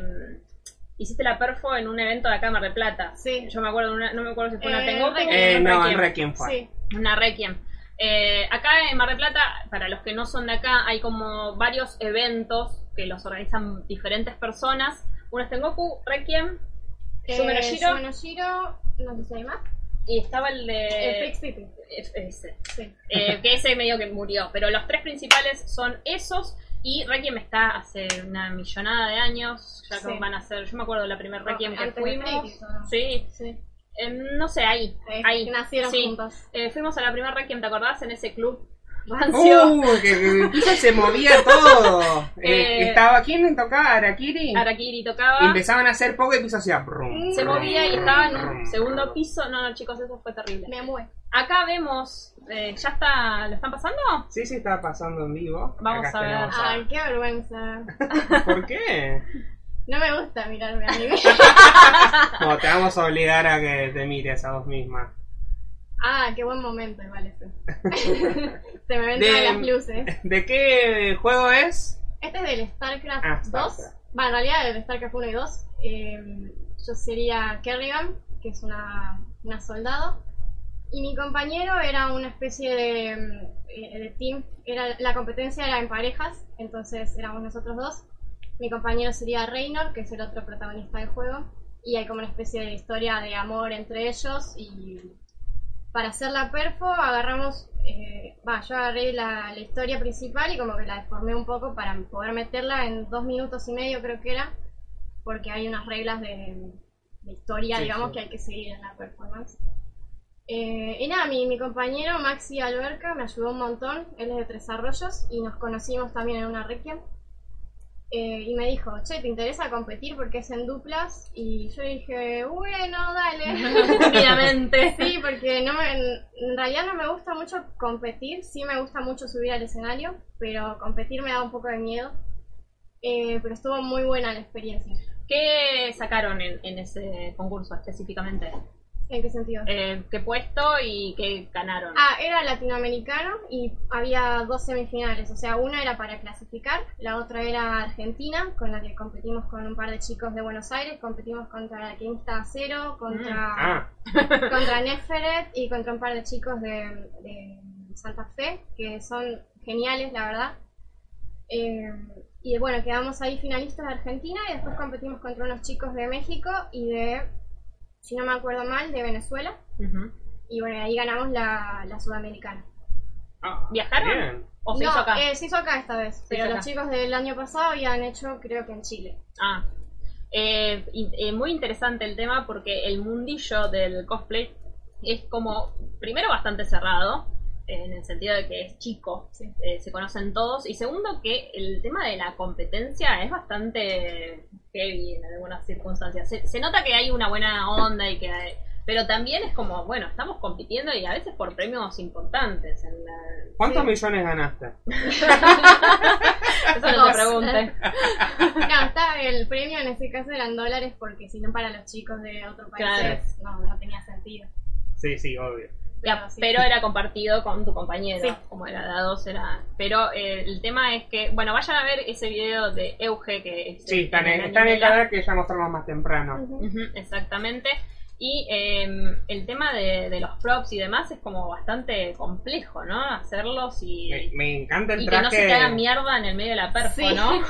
hiciste la perfo en un evento de acá en Mar del Plata. Sí. Yo me acuerdo, de una, no me acuerdo si fue una Eh, Tengo Requiem. Eh, no, en Requiem. Requiem fue. Sí, Una Requiem. Eh, acá en Mar del Plata, para los que no son de acá, hay como varios eventos que los organizan diferentes personas. Uno es Tengoku, Requiem, Eh, Sumen no Shiro. Sumen no Shiro, no sé si hay más. y estaba el Eh, de... Fix City, F- ese. sí. Eh, que ese medio que murió. Pero los tres principales son esos y Requiem está hace una millonada de años. Ya Sí. Ah, como van a ser, yo me acuerdo de la primera Requiem que Antes de fuimos. Fix, ¿o no? Sí, Sí. eh, no sé, ahí. Eh, ahí. Nacieron sí. juntos. Eh, fuimos a la primera Requiem, ¿te acordás? En ese club rancio. Uh, que, que- que se movía todo. Eh, Eh, estaba ¿quién tocaba? Arakiri. Arakiri tocaba. Y empezaban a hacer poco y empezó así a brum, Mm. se brum, movía y estaba en brum, un segundo brum. piso. No, no, chicos, eso fue terrible. Me mueve. Acá vemos, eh, ¿ya está? ¿Lo están pasando? Sí, sí, estaba pasando en vivo. Vamos Acá a ver. tenemos Ay, qué vergüenza. ¿Por qué? No me gusta mirarme a mí. No, te vamos a obligar a que te mires a vos misma. ah, qué buen momento igual ese. Se me ven De- todas las luces. ¿De qué juego es? Este es del StarCraft Ah, 2. StarCraft. Va, en realidad del StarCraft 1 y 2. Eh, yo sería Kerrigan, que es una, una soldado. Y mi compañero era una especie de, mm, eh, de team. Era, la competencia era en parejas, entonces éramos nosotros dos. Mi compañero sería Reynor, que es el otro protagonista del juego. Y hay como una especie de historia de amor entre ellos. Y para hacer la perfo agarramos... eh, Va, yo agarré la, la historia principal y como que la deformé un poco para poder meterla en dos minutos y medio creo que era. Porque hay unas reglas de, de historia, Sí, digamos, sí. que hay que seguir en la performance. Eh, y nada, mi, mi compañero Maxi Alberca me ayudó un montón, él es de Tres Arroyos y nos conocimos también en una requiem. Eh, y me dijo, che, ¿te interesa competir porque es en duplas? Y yo dije, bueno, dale. Obviamente. sí, porque no me- en, en realidad no me gusta mucho competir, sí me gusta mucho subir al escenario, pero competir me da un poco de miedo. Eh, pero estuvo muy buena la experiencia. ¿Qué sacaron en, en ese concurso específicamente? ¿En qué sentido? Eh, ¿Qué puesto y qué ganaron? Ah, era latinoamericano y había dos semifinales, o sea, una era para clasificar, la otra era Argentina, con la que competimos con un par de chicos de Buenos Aires, competimos contra la Quinta Acero, contra, Ah, contra Neferet y contra un par de chicos de, de Santa Fe, que son geniales, la verdad. Eh, y bueno, quedamos ahí finalistas de Argentina y después competimos contra unos chicos de México y de, si no me acuerdo mal, de Venezuela. Ujú. Y bueno, ahí ganamos la, la sudamericana. ah, ¿Viajaron? bien. ¿O Oh, se no, hizo acá? eh, se hizo acá esta vez, pero hizo los acá. chicos del año pasado habían hecho, creo que en Chile. Ah. Eh, in- eh, muy interesante el tema porque el mundillo del cosplay es como, primero, bastante cerrado, eh, en el sentido de que es chico, Sí. eh, se conocen todos, y segundo, que el tema de la competencia es bastante heavy en algunas circunstancias. Se, se nota que hay una buena onda y que... hay- pero también es como, bueno, estamos compitiendo y a veces por premios importantes. En la, ¿Cuántos millones ganaste? Eso no Dos. te pregunte. No, está el premio en este caso eran dólares porque si no para los chicos de otro país Claro. es- no, no tenía sentido. Sí, sí, obvio. Ya, Ah, sí. pero era compartido con tu compañero, Sí. como era la 2 era. Pero eh, el tema es que, bueno, vayan a ver ese video de Euge que es- Sí, está en, el- la está en el novela. canal que ya mostramos más temprano. Ujú. Ujú, exactamente. Y eh, el tema de, de los props y demás es como bastante complejo, ¿no? Hacerlos y, Me, me encanta el y que no se traje. te haga mierda en el medio de la perfo, Sí. ¿no?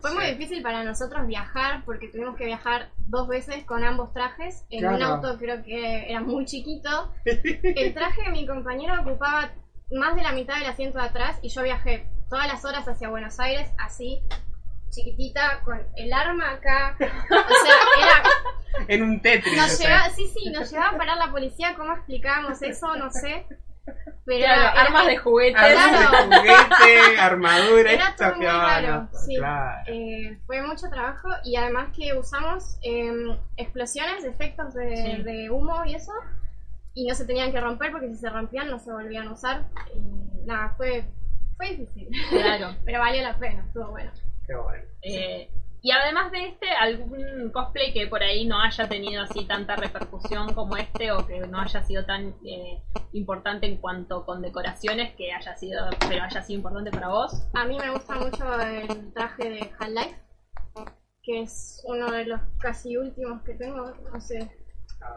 Fue muy Sí. difícil para nosotros viajar porque tuvimos que viajar dos veces con ambos trajes. En un Claro. auto creo que era muy chiquito. El traje de mi compañero ocupaba más de la mitad del asiento de atrás y yo viajé todas las horas hacia Buenos Aires así, chiquitita, con el arma acá. O sea, era en un Tetris. o nos sea. llevaba, sí, sí, nos llevaba a parar la policía, cómo explicábamos eso, no sé. Pero Claro, era- armas de juguete. Armas de Claro. juguete, armadura, Era esto todo que muy va, raro, no, sí. claro. eh, fue mucho trabajo y además que usamos eh, explosiones, efectos de, Sí. de humo y eso, y no se tenían que romper porque si se rompían no se volvían a usar. Y nada, fue, fue difícil, Claro. pero valió la pena, estuvo bueno. Qué bueno. Eh, y además de este, algún cosplay que por ahí no haya tenido así tanta repercusión como este o que no haya sido tan eh, importante en cuanto con decoraciones que haya sido, pero haya sido importante para vos. A mí me gusta mucho el traje de Half-Life, que es uno de los casi últimos que tengo, no sé, Ah,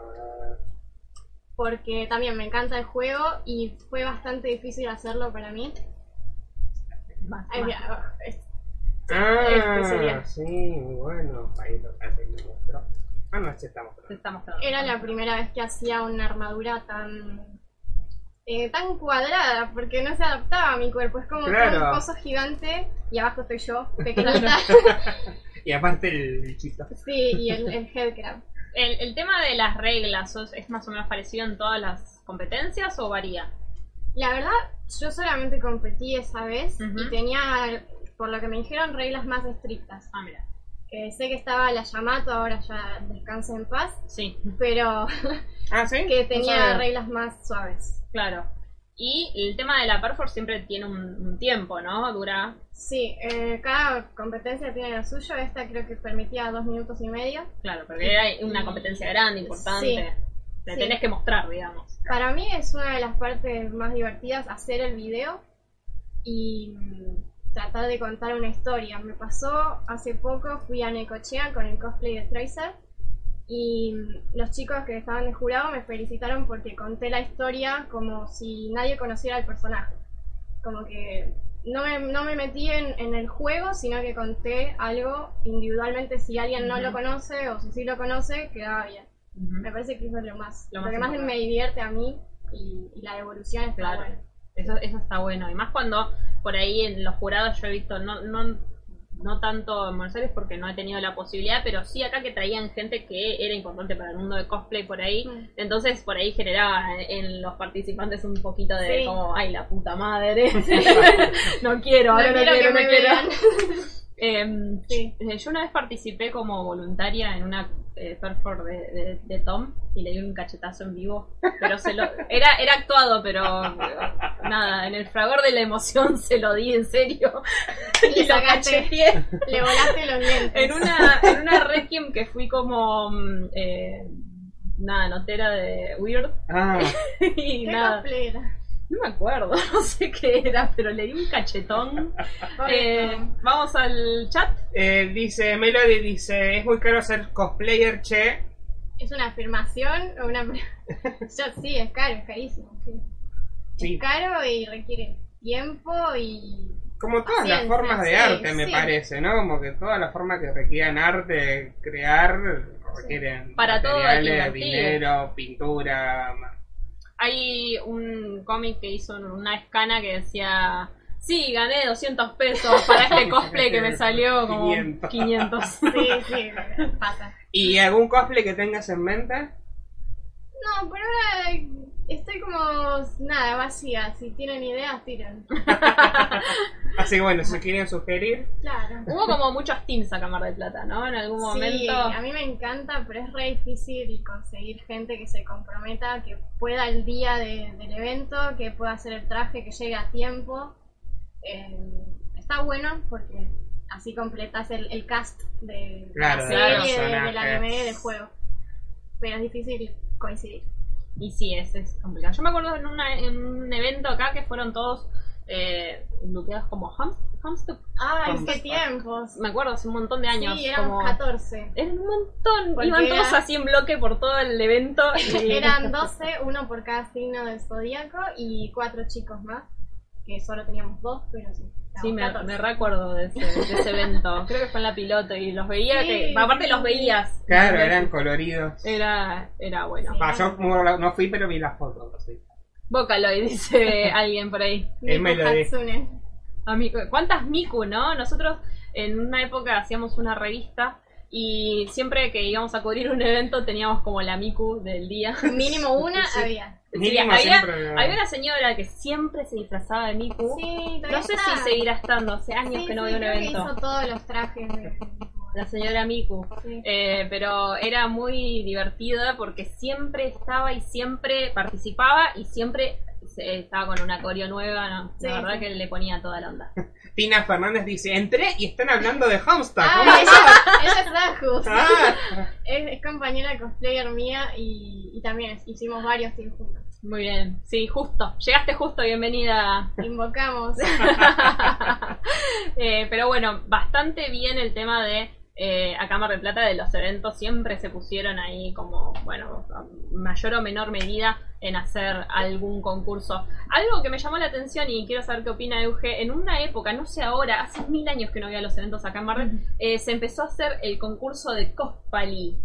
porque también me encanta el juego y fue bastante difícil hacerlo para mí. Más, Ay, más. mira, es- este Ah, sería. sí, muy bueno. Ahí lo hace, me mostró. Ah, no, este estamos. Te está mostrando. Era la primera vez que hacía una armadura tan. eh, tan cuadrada, porque no se adaptaba a mi cuerpo. Es como Claro. todo un coso gigante y abajo estoy yo, pequeñita. Y aparte el bichito. sí, y el, el headcrab. El, el tema de las reglas, ¿es es más o menos parecido en todas las competencias o varía? La verdad, yo solamente competí esa vez Ujú. y tenía, por lo que me dijeron, reglas más estrictas. Ah, mira. Eh, sé que estaba la Yamato, ahora ya descansa en paz, Sí, pero Ah, sí. que No tenía sabía. reglas más suaves. claro. Y el tema de la Perforce siempre tiene un, un tiempo, ¿no? Dura. Sí, eh, cada competencia tiene lo suyo. Esta creo que permitía dos minutos y medio. Claro, porque era una competencia grande, importante. La Sí. tenés que mostrar, digamos. Para mí es una de las partes más divertidas hacer el video y mm, tratar de contar una historia. Me pasó hace poco, fui a Necochea con el cosplay de Tracer y mm, los chicos que estaban de jurado me felicitaron porque conté la historia como si nadie conociera al personaje. Como que no me, no me metí en, en el juego, sino que conté algo individualmente. Si alguien no lo Ujú. conoce o si sí lo conoce, quedaba bien. Me Ujú. parece que eso es lo más, Lo lo, más que más importante. me divierte a mí y, y la evolución está Claro. buena. Eso, eso está bueno. Y más cuando por ahí en los jurados yo he visto, no, no, no tanto en Buenos Aires porque no he tenido la posibilidad, pero sí acá que traían gente que era importante para el mundo del cosplay por ahí. Mm. Entonces por ahí generaba en, en los participantes un poquito de Sí. como, ay, la puta madre. no quiero, ahora no, quiero, no quiero. Em, Sí. eh, Yo una vez participé como voluntaria en una eh, perfor de, de- de Tom y le di un cachetazo en vivo. Pero se lo, era, era actuado, pero eh, nada, en el fragor de la emoción se lo di en serio. Y Y lo sacaste. cacheteé Le volaste los dientes. en una, en una requiem que fui como mm, eh, nada, notera de Weird Ah, y ¿Qué nada. cosplay era? No me acuerdo, no sé qué era, pero le di un cachetón. Pobre Eh, Tom. vamos al chat. eh, dice Melody, dice, es muy caro ser cosplayer, che. ¿Es una afirmación o una.? Yo, sí, es caro, es carísimo. sí. Sí. Es caro y requiere tiempo y. Como todas las Paciencia, formas de sí, arte, me sí. parece, ¿no? Como que todas las formas que requieran arte, crear, requieren Para todo hay que materiales, invertir. dinero, pintura. ma- Hay un cómic que hizo una escana que decía, sí, gané 200 pesos para este cosplay que me salió como 500. 500. Sí, sí, pasa. ¿Y algún cosplay que tengas en mente? No, por ahora eh, estoy como. Nada, vacía. Si tienen ideas, tiran. Así que bueno, si quieren sugerir, Claro. Hubo como muchos teams a Cámara de Plata, ¿no? En algún Sí, momento. a mí me encanta, pero es re difícil conseguir gente que se comprometa, que pueda el día de- del evento, que pueda hacer el traje, que llegue a tiempo. Eh, está bueno porque así completas el, el cast de Claro, de la los serie, de- del personajes. anime, del juego. Pero es difícil coincidir. Y sí, es, es complicado. Yo me acuerdo en, una- en un evento acá que fueron todos eh, lookeados como hams- hamster. Ah, Vamos, qué ah. tiempos. Me acuerdo hace un montón de años. Sí, éramos como- 14. Era un montón. Porque Iban era- todos así en bloque por todo el evento. y- Eran 12, uno por cada signo del zodíaco y cuatro chicos más, que solo teníamos dos, pero sí. Sí, me, éramos 14. me recuerdo de ese, de ese evento. Creo que fue en la piloto y los veía Sí, que. Aparte sí, los sí. veías. claro, eran coloridos. Era, era bueno. Sí. Va, yo no, no fui, pero vi las fotos. así. Vocaloid, dice alguien por ahí. Él me Miku lo dijo. Hatsune. A mí- ¿Cuántas Miku, no? Nosotros en una época hacíamos una revista y siempre que íbamos a cubrir un evento teníamos como la Miku del día. Mínimo una había. Sí, Mínimo había, siempre- había una señora que siempre se disfrazaba de Miku. Sí, todavía Uh, no sé está. si seguirá estando, hace años Sí, que no veo sí, un creo que evento. hizo todos los trajes de- La señora Miku. Sí. Eh, pero era muy divertida porque siempre estaba y siempre participaba y siempre se- estaba con una coreo nueva. ¿no? Sí, la verdad sí. que le ponía toda la onda. Tina Fernández dice, entré y están hablando de Hamster. Ah, ¿Cómo ella, ella es Rajus. Ah. Es, es compañera cosplayer mía y, y también es- hicimos varios teams juntos. Muy bien. Sí, justo. Llegaste justo, bienvenida. Invocamos. Eh, pero bueno, bastante bien el tema de eh, acá en Mar del Plata de los eventos siempre se pusieron ahí como, bueno, a mayor o menor medida en hacer algún concurso. Algo que me llamó la atención y quiero saber qué opina Euge, en una época, no sé ahora, hace mil años que no había los eventos acá en Mar del, eh, se empezó a hacer el concurso de Cospali.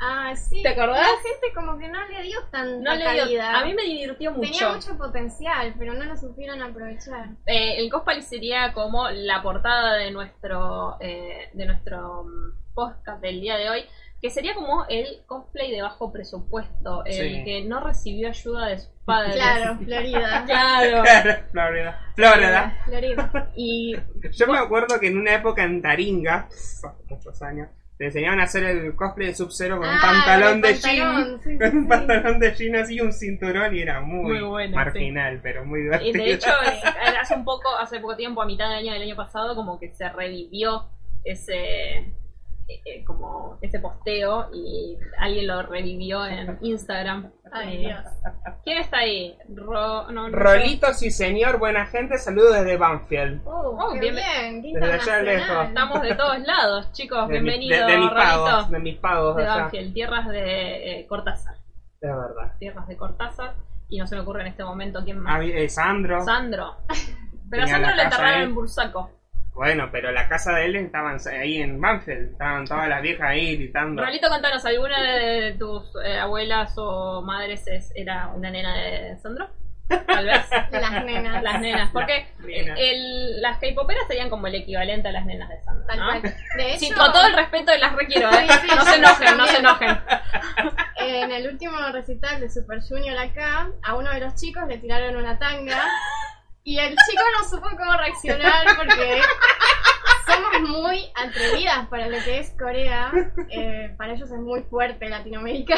Ah, sí. ¿Te acordás? La gente como que no le dio tanta No le dio, calidad. a mí me divirtió mucho. Tenía mucho potencial, pero no lo supieron aprovechar. Eh, el Cospali sería como la portada de nuestro eh, de nuestro mm, podcast del día de hoy, que sería como el cosplay de bajo presupuesto, el Sí. que no recibió ayuda de sus padres. Claro, Florida. Claro. Florida. Florida. Florida. Y eh, Yo me acuerdo que en una época en Taringa, hace muchos años, te enseñaban a hacer el cosplay de Sub-Zero con un Ah, pantalón el de jean. pantalón, sí, sí, Un sí. pantalón de jean así y un cinturón y era muy, Muy bueno, marginal, pero muy Y divertido. de hecho, eh, hace un poco, hace poco tiempo, a mitad de año del año pasado, como que se revivió ese eh, eh, como ese posteo y alguien lo revivió en Instagram. Ay, Eh, Dios. ¿Quién está ahí? Ro- no, no sé. Rolitos y señor, buena gente, saludos desde Banfield. Oh, Oh, qué bien- bien, qué Desde allá internacional. lejos. Estamos de todos lados, chicos. De, mi- de- Bienvenidos, de mis pagos, Oh, Rolito. de mis pagos De allá. Banfield, tierras de eh, Cortázar. Es verdad. Tierras de Cortázar. Y no se me ocurre en este momento quién Ah, más. eh, Sandro. Sandro. Pero a Tenía la Sandro le casa enterraron ahí. en Bursaco. Bueno, pero la casa de él estaban ahí en Banfield. Estaban todas las viejas ahí gritando. Rolito, contanos, ¿alguna de tus eh, abuelas o madres es- era una nena de Sandro? Tal vez. Las nenas. Las nenas, porque eh, nenas. el- las K-poperas serían como el equivalente a las nenas de Sandro. Tal ¿no? cual. De hecho, Ah. Sí, con todo el respeto las requiero, ¿eh? Sí, sí, No yo se enojen, no también. se enojen. en el último recital de Super Junior acá, a uno de los chicos le tiraron una tanga y el chico no supo cómo reaccionar porque somos muy atrevidas para lo que es Corea. Eh, para ellos es muy fuerte Latinoamérica.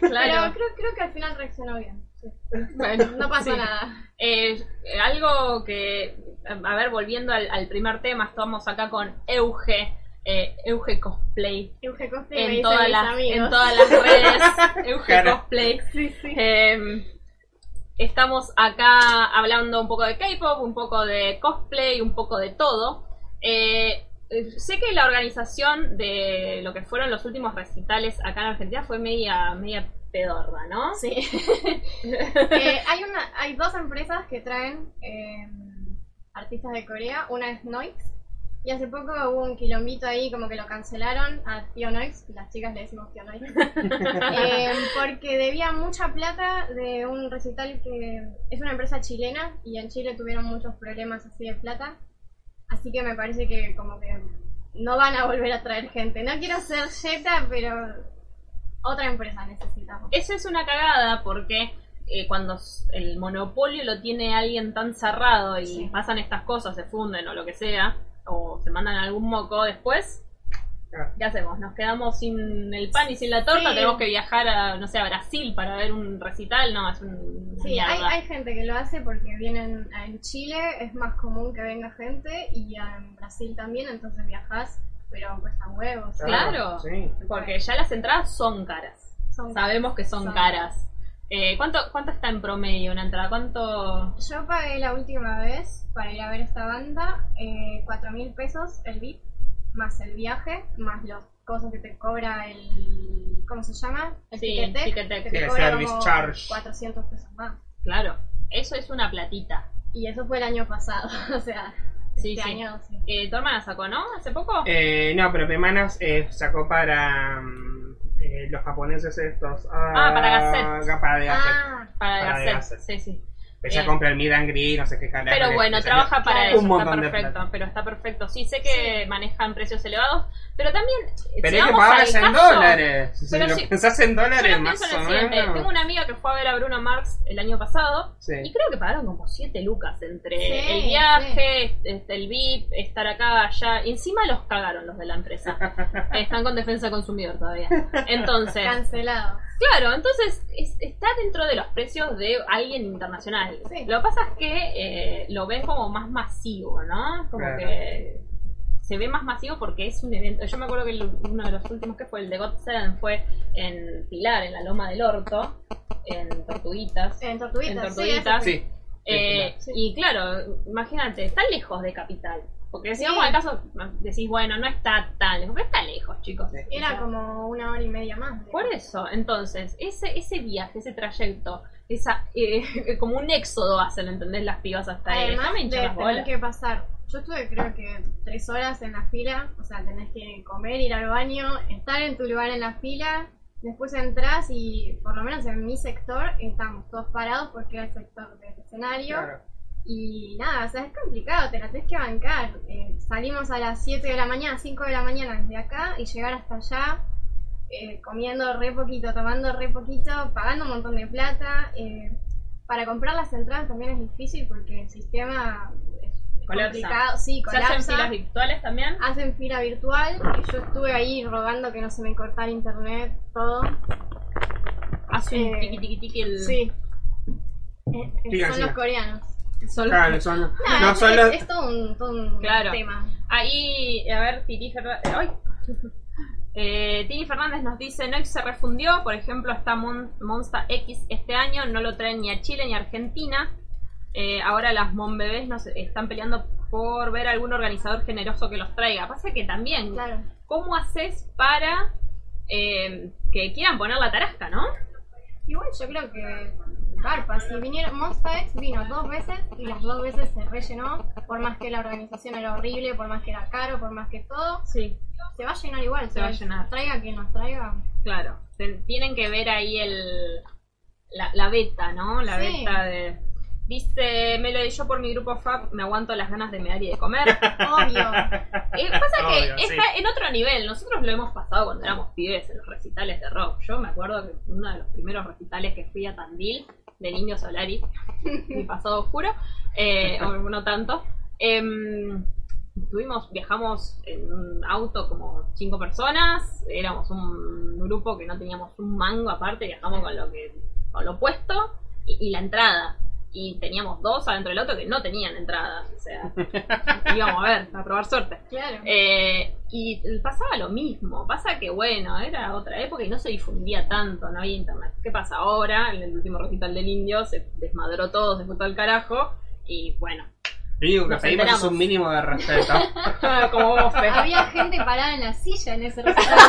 Pero Claro. creo, creo que al final reaccionó bien. sí. Bueno, No pasó sí. nada. Eh, eh, algo que, a ver, volviendo al, al primer tema, estamos acá con Euge, eh, Euge Cosplay, Euge Costa y me en dicen todas, mis las, en amigos. todas las redes, Euge Claro. Cosplay. Sí, sí. Eh, estamos acá hablando un poco de K-Pop, un poco de cosplay, un poco de todo. Eh, eh, sé que la organización de lo que fueron los últimos recitales acá en Argentina fue media, media pedorra, ¿no? Sí. Eh, hay, una, hay dos empresas que traen eh, artistas de Corea. Una es Noix. Y hace poco hubo un quilombito ahí, como que lo cancelaron a Tío Noix. Las chicas le decimos Tío Noix. Eh, porque debía mucha plata de un recital que es una empresa chilena. Y en Chile tuvieron muchos problemas así de plata. Así que me parece que, como que no van a volver a traer gente. No quiero ser Jeta, pero otra empresa necesitamos. Eso es una cagada porque eh, cuando s- el monopolio lo tiene alguien tan cerrado y Sí. pasan estas cosas, se funden o lo que sea, o se mandan algún moco después, Claro. ¿qué hacemos? Nos quedamos sin el pan y sin la torta, Sí. tenemos que viajar a, no sé, a Brasil para ver un recital, no, es un... Sí, mierda. hay, hay gente que lo hace porque vienen a- en Chile, es más común que venga gente y en Brasil también, entonces viajas, pero cuestan huevos. Claro. Sí. Porque ya las entradas son caras, Son- sabemos que son Son caras. Eh, ¿cuánto, ¿Cuánto está en promedio una entrada? ¿Cuánto...? Yo pagué la última vez para ir a ver esta banda eh, 4 mil pesos el VIP, más el viaje, más los cosas que te cobra el. ¿Cómo se llama? El Sí, tiquete, tiquete. Sí, que te el cobra service como charge. 400 pesos más. Claro, eso es una platita. Y eso fue el año pasado, o sea, Sí, este sí. año sí. Eh, tu hermana sacó, ¿no? ¿Hace poco? Eh, no, pero Pemanas eh, sacó para mm, eh, los japoneses estos. Ah, para Gazette. Para de Gazette. Ah, para para de Gazette, Gazette. sí, sí. Ella eh. compra el Mid and Green, no sé qué carajo. Pero que- bueno, que salió. trabaja para Un eso, está montón de perfecto, plata. pero está perfecto. Sí, sé que manejan precios elevados, pero también... eh, Pero si es que vamos pagarlas al en caso, dólares. Si Pero lo sí. pensás en Yo dólares, lo más pienso en o el siguiente. Tengo menos. una amiga que fue a ver a Bruno Marx el año pasado y Sí. creo que pagaron como 7 lucas entre Sí, el viaje, este, el VIP, estar acá, allá. Y encima los cagaron los de la empresa. Están con defensa del consumidor todavía. Entonces... cancelado. Claro, entonces es- está dentro de los precios de alguien internacional. Sí. Lo que pasa es que eh, lo ven como más masivo, ¿no? Como Claro. que se ve más masivo porque es un evento. Yo me acuerdo que el- uno de los últimos que fue el de God Seven fue en Pilar, en la Loma del Orto, en Tortuguitas. En Tortuguitas, En sí, Tortuguitas. ese Sí. Eh, Sí. Y claro, imagínate, está lejos de Capital. Porque si no, con el caso decís, bueno, no está tan lejos, pero está lejos, chicos. Sí. Era O sea, como una hora y media más. de- Por eso, entonces, ese, ese viaje, ese trayecto, esa, eh, como un éxodo hacen, ¿entendés? Las pibas hasta ahí. Además Déjame de hinchar las tener bolas. que pasar, yo estuve creo que tres horas en la fila, o sea, tenés que comer, ir al baño, estar en tu lugar en la fila, después entras y por lo menos en mi sector estamos todos parados porque era el sector del escenario Claro. y nada, o sea, es complicado, te la tenés que bancar. Eh, salimos a las 7 de la mañana, 5 de la mañana desde acá y llegar hasta allá. eh, comiendo re poquito, tomando re poquito, pagando un montón de plata, eh, para comprar las entradas también es difícil porque el sistema es Colapsa. complicado. Sí, ¿Se hacen colapsa. filas virtuales también? Hacen fila virtual. Eh, Yo estuve ahí rogando que no se me cortara internet, todo. Hace un eh, tiqui tiqui tiqui el... Sí. Eh, eh, Sigan, son sigan. los coreanos. solo- Claro, son, Nada, no es, son es- los- es todo un, todo un Claro. tema. Ahí, a ver, Titi Fernández. ¡Ay! Eh, Titi Fernández nos dice: No se refundió. Por ejemplo, está Mon- Monsta X este año. No lo traen ni a Chile ni a Argentina. Eh, ahora las Mon Bebés nos están peleando por ver algún organizador generoso que los traiga. Pasa que también, Claro. ¿cómo haces para eh, que quieran poner la tarasca, no? Igual yo creo que Garpa, si vinieron, Monsta X vino dos veces y las dos veces se rellenó, por más que la organización era horrible, por más que era caro, por más que todo, Sí. se va a llenar igual, Se va a llenar. Traiga quien nos traiga. Claro, se- tienen que ver ahí el la, la beta, ¿no? La Sí. beta de... Dice Melody, yo por mi grupo Fab me aguanto las ganas de mear y de comer. Eh, Obvio. pasa que Obvio, sí. está en otro nivel. Nosotros lo hemos pasado cuando éramos pibes en los recitales de rock. Yo me acuerdo que uno de los primeros recitales que fui a Tandil, de Niño Solari, mi pasado oscuro, eh, o no tanto, em, Estuvimos, viajamos en un auto como cinco personas, éramos un grupo que no teníamos un mango aparte, viajamos con lo que, con lo puesto y, y la entrada. Y teníamos dos adentro del otro que no tenían entrada, o sea, íbamos a ver, a probar suerte. Claro. Eh, y pasaba lo mismo, pasa que bueno, era otra época y no se difundía tanto, no había internet. ¿Qué pasa ahora? En el último recital del indio se desmadró todo, se fue todo al carajo y bueno, Lo único que nos pedimos es enteramos. un mínimo de respeto. como vos, Fe. Había gente parada en la silla en ese restaurante.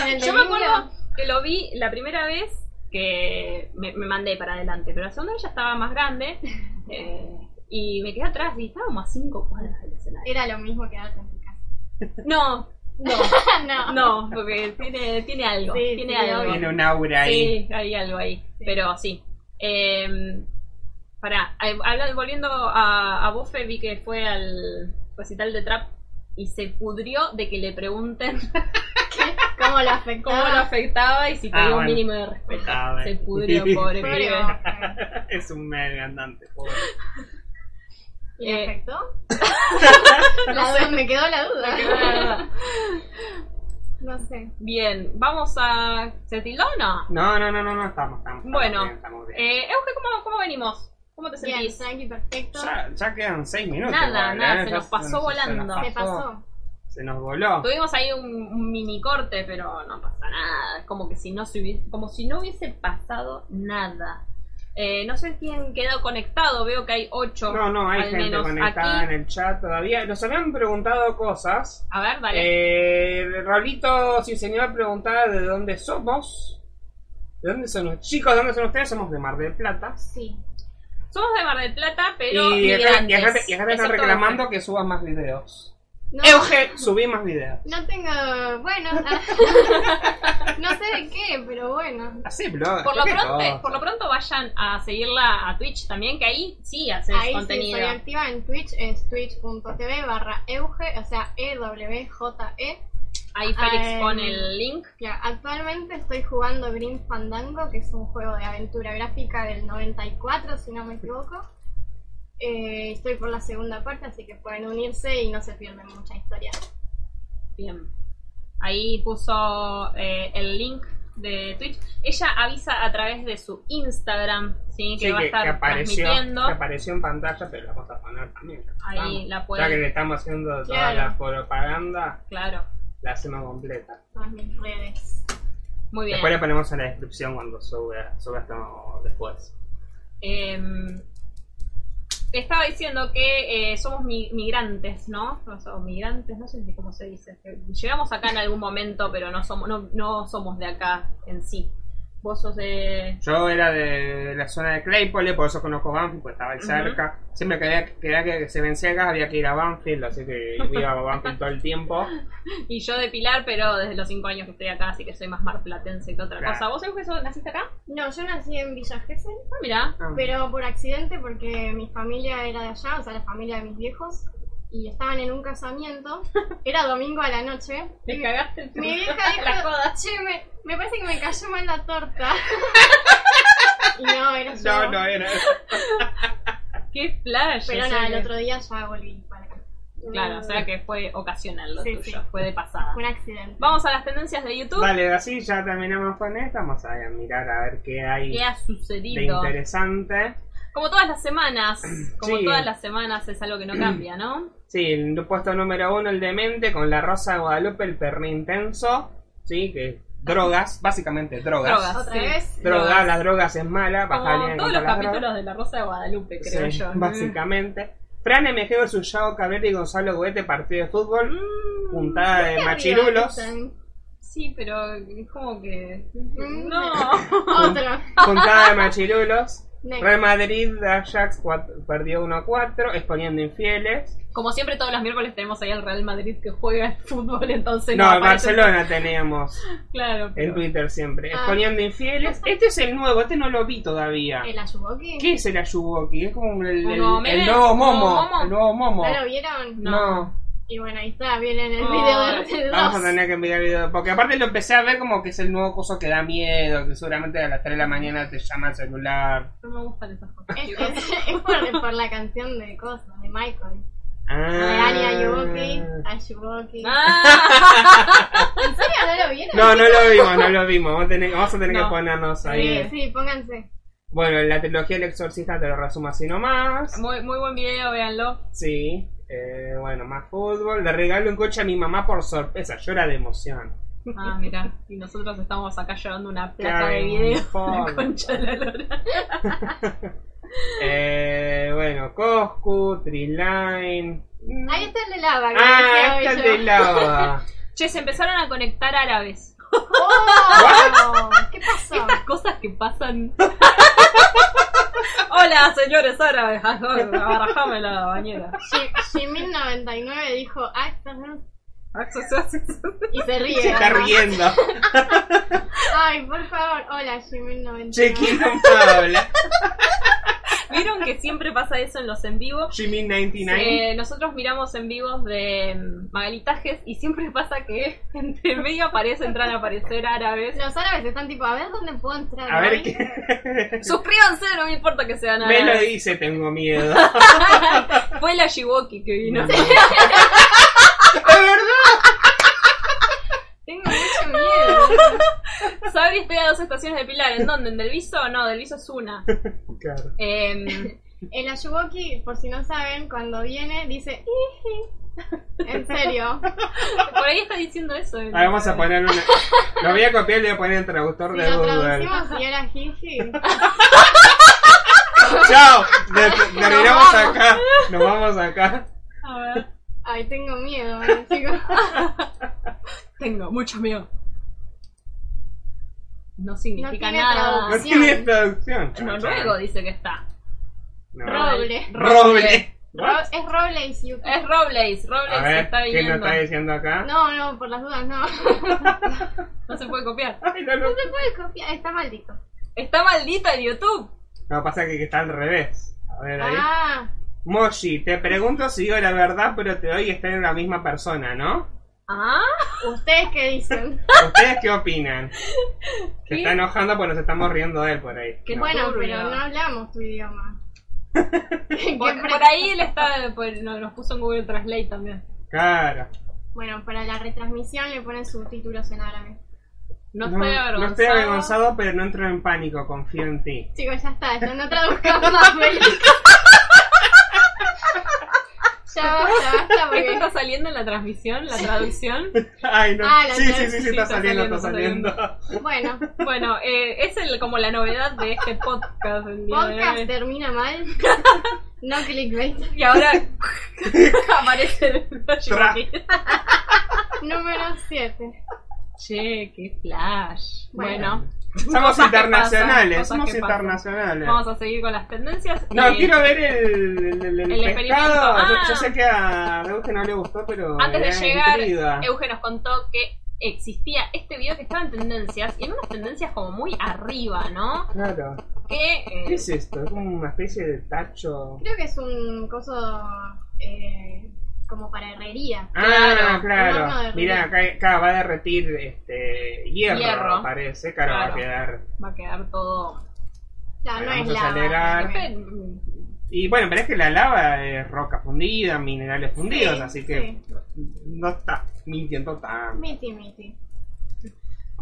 En el Yo me domingo. acuerdo que lo vi la primera vez que me, me mandé para adelante, pero la segunda vez ya estaba más grande eh, y me quedé atrás y estábamos a cinco cuadras del escenario. Era lo mismo quedarte en tu casa. No, no, no. no, porque tiene, tiene algo, Sí, tiene sí, algo. Tiene un aura ahí. Sí, hay algo ahí, pero sí. Eh, pará, eh, habla- volviendo a, a Bofe, vi que fue al recital de Trap y se pudrió de que le pregunten ¿Cómo lo afectó? cómo lo afectaba y si tenía Ah, un bueno. mínimo de respeto. Ah, bueno. Se pudrió, pobre Pobre pibe. Bofe. Es un mega andante, pobre. ¿Y le Eh, afectó? La duda- me quedó la duda. No sé. Bien, vamos a. ¿Se tildó o no? No, no, no, no, no, estamos, estamos. estamos Bueno, bien, estamos bien. Eh, Euge, ¿cómo, ¿cómo venimos? ¿Cómo te Bien, sentís? tranqui, perfecto. Ya, ya quedan seis minutos. Nada, igual, nada, ¿eh? se Ya nos pasó volando. Se pasó. Se nos voló. Tuvimos ahí un, un mini corte, pero no pasa nada. Es como que si no se hubiese, como si no hubiese pasado nada. Eh, no sé quién quedó conectado, veo que hay ocho No, no, hay al gente menos conectada aquí. en el chat todavía. Nos habían preguntado cosas. A ver, dale. Eh, Raulito, sí señor, preguntaba de dónde somos. ¿De dónde son? Chicos, ¿de dónde son ustedes? Somos de Mar del Plata. Sí. Somos de Mar del Plata, pero y acá, y acá- migrantes. y acá te están Excepto reclamando que subas más videos. No, Euge, subí más videos. no tengo. Bueno. no sé de qué, pero bueno. Así, blog. Por lo, qué pronto, cosa. por lo pronto vayan a seguirla a Twitch también, que ahí sí haces Ahí sí contenido. soy activa en Twitch, es twitch.tv barra euge, o sea, E E-W-J-E. ahí Félix Ay. pone el link. Claro, actualmente estoy jugando Green Fandango, que es un juego de aventura gráfica del 94, si no me equivoco. Eh, estoy por la segunda parte, así que pueden unirse y no se pierden mucha historia. Bien. Ahí puso eh, el link de Twitch. Ella avisa a través de su Instagram, ¿sí? que Sí, va a que, estar que apareció, transmitiendo. que apareció en pantalla, pero la vamos a poner también. ya Ahí estamos. la Ya que pueden. le estamos haciendo toda Claro. la propaganda, Claro. la hacemos completa. Todas mis redes. Muy bien. Después la ponemos en la descripción cuando sube, sube esto después. Em, estaba diciendo que eh, somos mi- migrantes, ¿no? No somos migrantes, no sé si cómo se dice. que Llegamos acá en algún momento, pero no somos, no, no somos de acá en sí. Vos sos de. Yo era de la zona de Claypole, por eso conozco Banfield, pues estaba ahí Ujú. cerca. Siempre que había, que había que se vencía gas había que ir a Banfield, así que iba a Banfield todo el tiempo. Ah. Y yo de Pilar, pero desde los 5 años que estoy acá, así que soy más marplatense que otra Claro. cosa. ¿Vos, Eugenio, sos- naciste acá? No, yo nací en Villa Gesell, Ah, mirá. Ah, pero por accidente porque mi familia era de allá, o sea, la familia de mis viejos, y estaban en un casamiento. Era domingo a la noche. Te cagaste. en tu- Mi vieja dijo, La joda. che, me, me parece que me cayó mal la torta. y no, era yo. No, no era. Qué flash. Pero o sea nada, el que- otro día ya volví para acá. Claro, o sea que fue ocasional lo Sí, tuyo, sí. fue de pasada. Fue un accidente. Vamos a las tendencias de YouTube. Vale, así ya terminamos con esto. Vamos a mirar a ver qué hay ¿Qué ha de sucedido? interesante. Como todas las semanas, como Sí. todas las semanas es algo que no cambia, ¿no? Sí, el puesto número uno, el demente, con la Rosa de Guadalupe, el perro intenso. Sí, que drogas, básicamente drogas. Drogas. Otra sí. vez. Drogas, Drogas. las drogas es mala, bajale Como todos los capítulos de La Rosa de Guadalupe, creo Sí, yo. Mm. Básicamente. Fran MG versus Yao Cabrera y Gonzalo Goete, partido de fútbol. Mm. Puntada de machirulos. Sí, pero es como que... Mm. No. Otro. Puntada de machirulos. Next. Real Madrid, Ajax cuat- perdió 1 a 4, exponiendo infieles. Como siempre todos los miércoles tenemos ahí al Real Madrid que juega al fútbol, entonces... No, aparece- Barcelona teníamos Claro. en pero- Twitter siempre. Ah. Exponiendo infieles. Este es el nuevo, este no lo vi todavía. ¿El Ayuboki? ¿Qué es el Ayuboki? Es como el, ¿Un el- nuevo el meme? nuevo ¿Un nuevo momo. momo? El nuevo momo. ¿No lo vieron? no. Y bueno, ahí está, vienen el Oh, video de Vamos a dos. tener que mirar el video. Porque aparte lo empecé a ver como que es el nuevo coso que da miedo, que seguramente a las 3 de la mañana te llama el celular. No me gustan esas cosas. Es, chicos. Este, es- es por, por la canción de cosas, de Michael. Ah. Lo de Ari Ayuboki, Ayuboki. Ah, ¿En serio no lo vieron? No, no lo vimos, no lo vimos. Vamos a tener, vamos a tener No. Eh. que ponernos Sí, ahí. sí, pónganse. Bueno, la trilogía El Exorcista te lo resumo así nomás. muy, muy buen video, véanlo. Sí. Eh, bueno, más fútbol. Le regalo un coche a mi mamá por sorpresa. Llora de emoción. Ah, mira, y nosotros estamos acá llevando una placa Ay, de video. por La concha de la lora. Eh, bueno, Coscu, Triline. Ahí está el de lava. que Ah, decía está el Bello. de lava. Che, se empezaron a conectar árabes. Oh, ¿Qué pasó? Estas cosas que pasan. Hola, señores árabes. Barajame la bañera. Jimin 99 dijo, ah, perdón", y se ríe. Se está además. riendo. Ay, por favor, hola Jimin 99. Che, ¿quién no habla? Vieron que siempre pasa eso en los en vivo. Jimmy 99. Eh, nosotros miramos en vivos de mm, Magalitajes y siempre pasa que entre medio aparece, entran a aparecer árabes. Los árabes están tipo, a ver dónde puedo entrar. A ver hoy". qué. Suscríbanse, no me importa que sean Me lo árabes. dice, tengo miedo. Mm. Fue la Shiboki que vino. Tengo mucho miedo. Sabri estoy a dos estaciones de Pilar. ¿En dónde? ¿En Delviso? No, Delviso es una. Claro. Em, El Ayuboki, por si no saben, cuando viene dice, "Iji". en serio. por ahí está diciendo eso. el- Ahora vamos a poner una. Lo voy a copiar y le voy a poner el traductor Si de lo Google. traducimos y era Jiji. Chao. De- Terminamos vamos. acá. Nos vamos acá. A ver. Ay, tengo miedo, bueno, chicos. Tengo mucho miedo. No No significa tiene nada. No traducción. tiene traducción. Chao, Noruego chao. dice que está. No. Roble. Roble. Ro- es Roble y Siuki. Es Robles. Robles A que ver, está ¿quién nos viniendo. está diciendo acá? No, no, por las dudas, no. No se puede copiar. Ay, no, no. No se puede copiar, está maldito. Está maldito el YouTube. No, pasa que que está al revés. A ver ahí. Ah, Moshi, te pregunto si digo la verdad, pero te doy estar en la misma persona, ¿no? Ah, ¿ustedes qué dicen? ¿Ustedes qué opinan? Se ¿Qué? está enojando porque nos estamos riendo de él por ahí. Qué No. Bueno, turbio. pero no hablamos tu idioma. ¿Qué por, pre- por ahí él está. por- no, nos puso en Google Translate también. Claro. Bueno, para la retransmisión le ponen subtítulos en árabe. No, estoy avergonzado. no estoy avergonzado, pero no entro en pánico, confío en ti. Chicos, ya está, ya no traduzcamos más películas. ya basta, basta ¿Esto porque... está saliendo en la transmisión, la traducción? Ay, no. Ah, la sí, sí, sí, tenés. sí, Sí, está, saliendo, está saliendo. Bueno, Bueno, eh, es el, como la novedad de este podcast. el día de hoy. podcast termina mal. No clickbait. Y ahora aparece el Tra. Número 7. Che, qué flash. Bueno, Somos Cosas que internacionales, pasan, cosas somos que pasan. internacionales. vamos a seguir con las tendencias. No, Eh, quiero ver el, el, el el experimento. pescado. Yo- Yo, Ah. sé que a Deus que no le gustó, pero. Antes me de da llegar, eh, intriga. Euge nos contó que existía este video que estaba en tendencias y en unas tendencias como muy arriba, ¿no? Claro. Que ¿Qué eh, es esto? Es como una especie de tacho. Creo que es un coso eh, como para herrería. Ah, Claro, un horno claro. de Mira, acá, acá va a derretir este hierro, Hierro. parece. Claro, va a Claro. quedar. va a quedar todo. Claro, no Vamos es a lava. acelerar. realmente. Y bueno, pero es que la lava es roca fundida, minerales fundidos, Sí, así que sí. no está mintiendo tan. Miti, miti. Ahí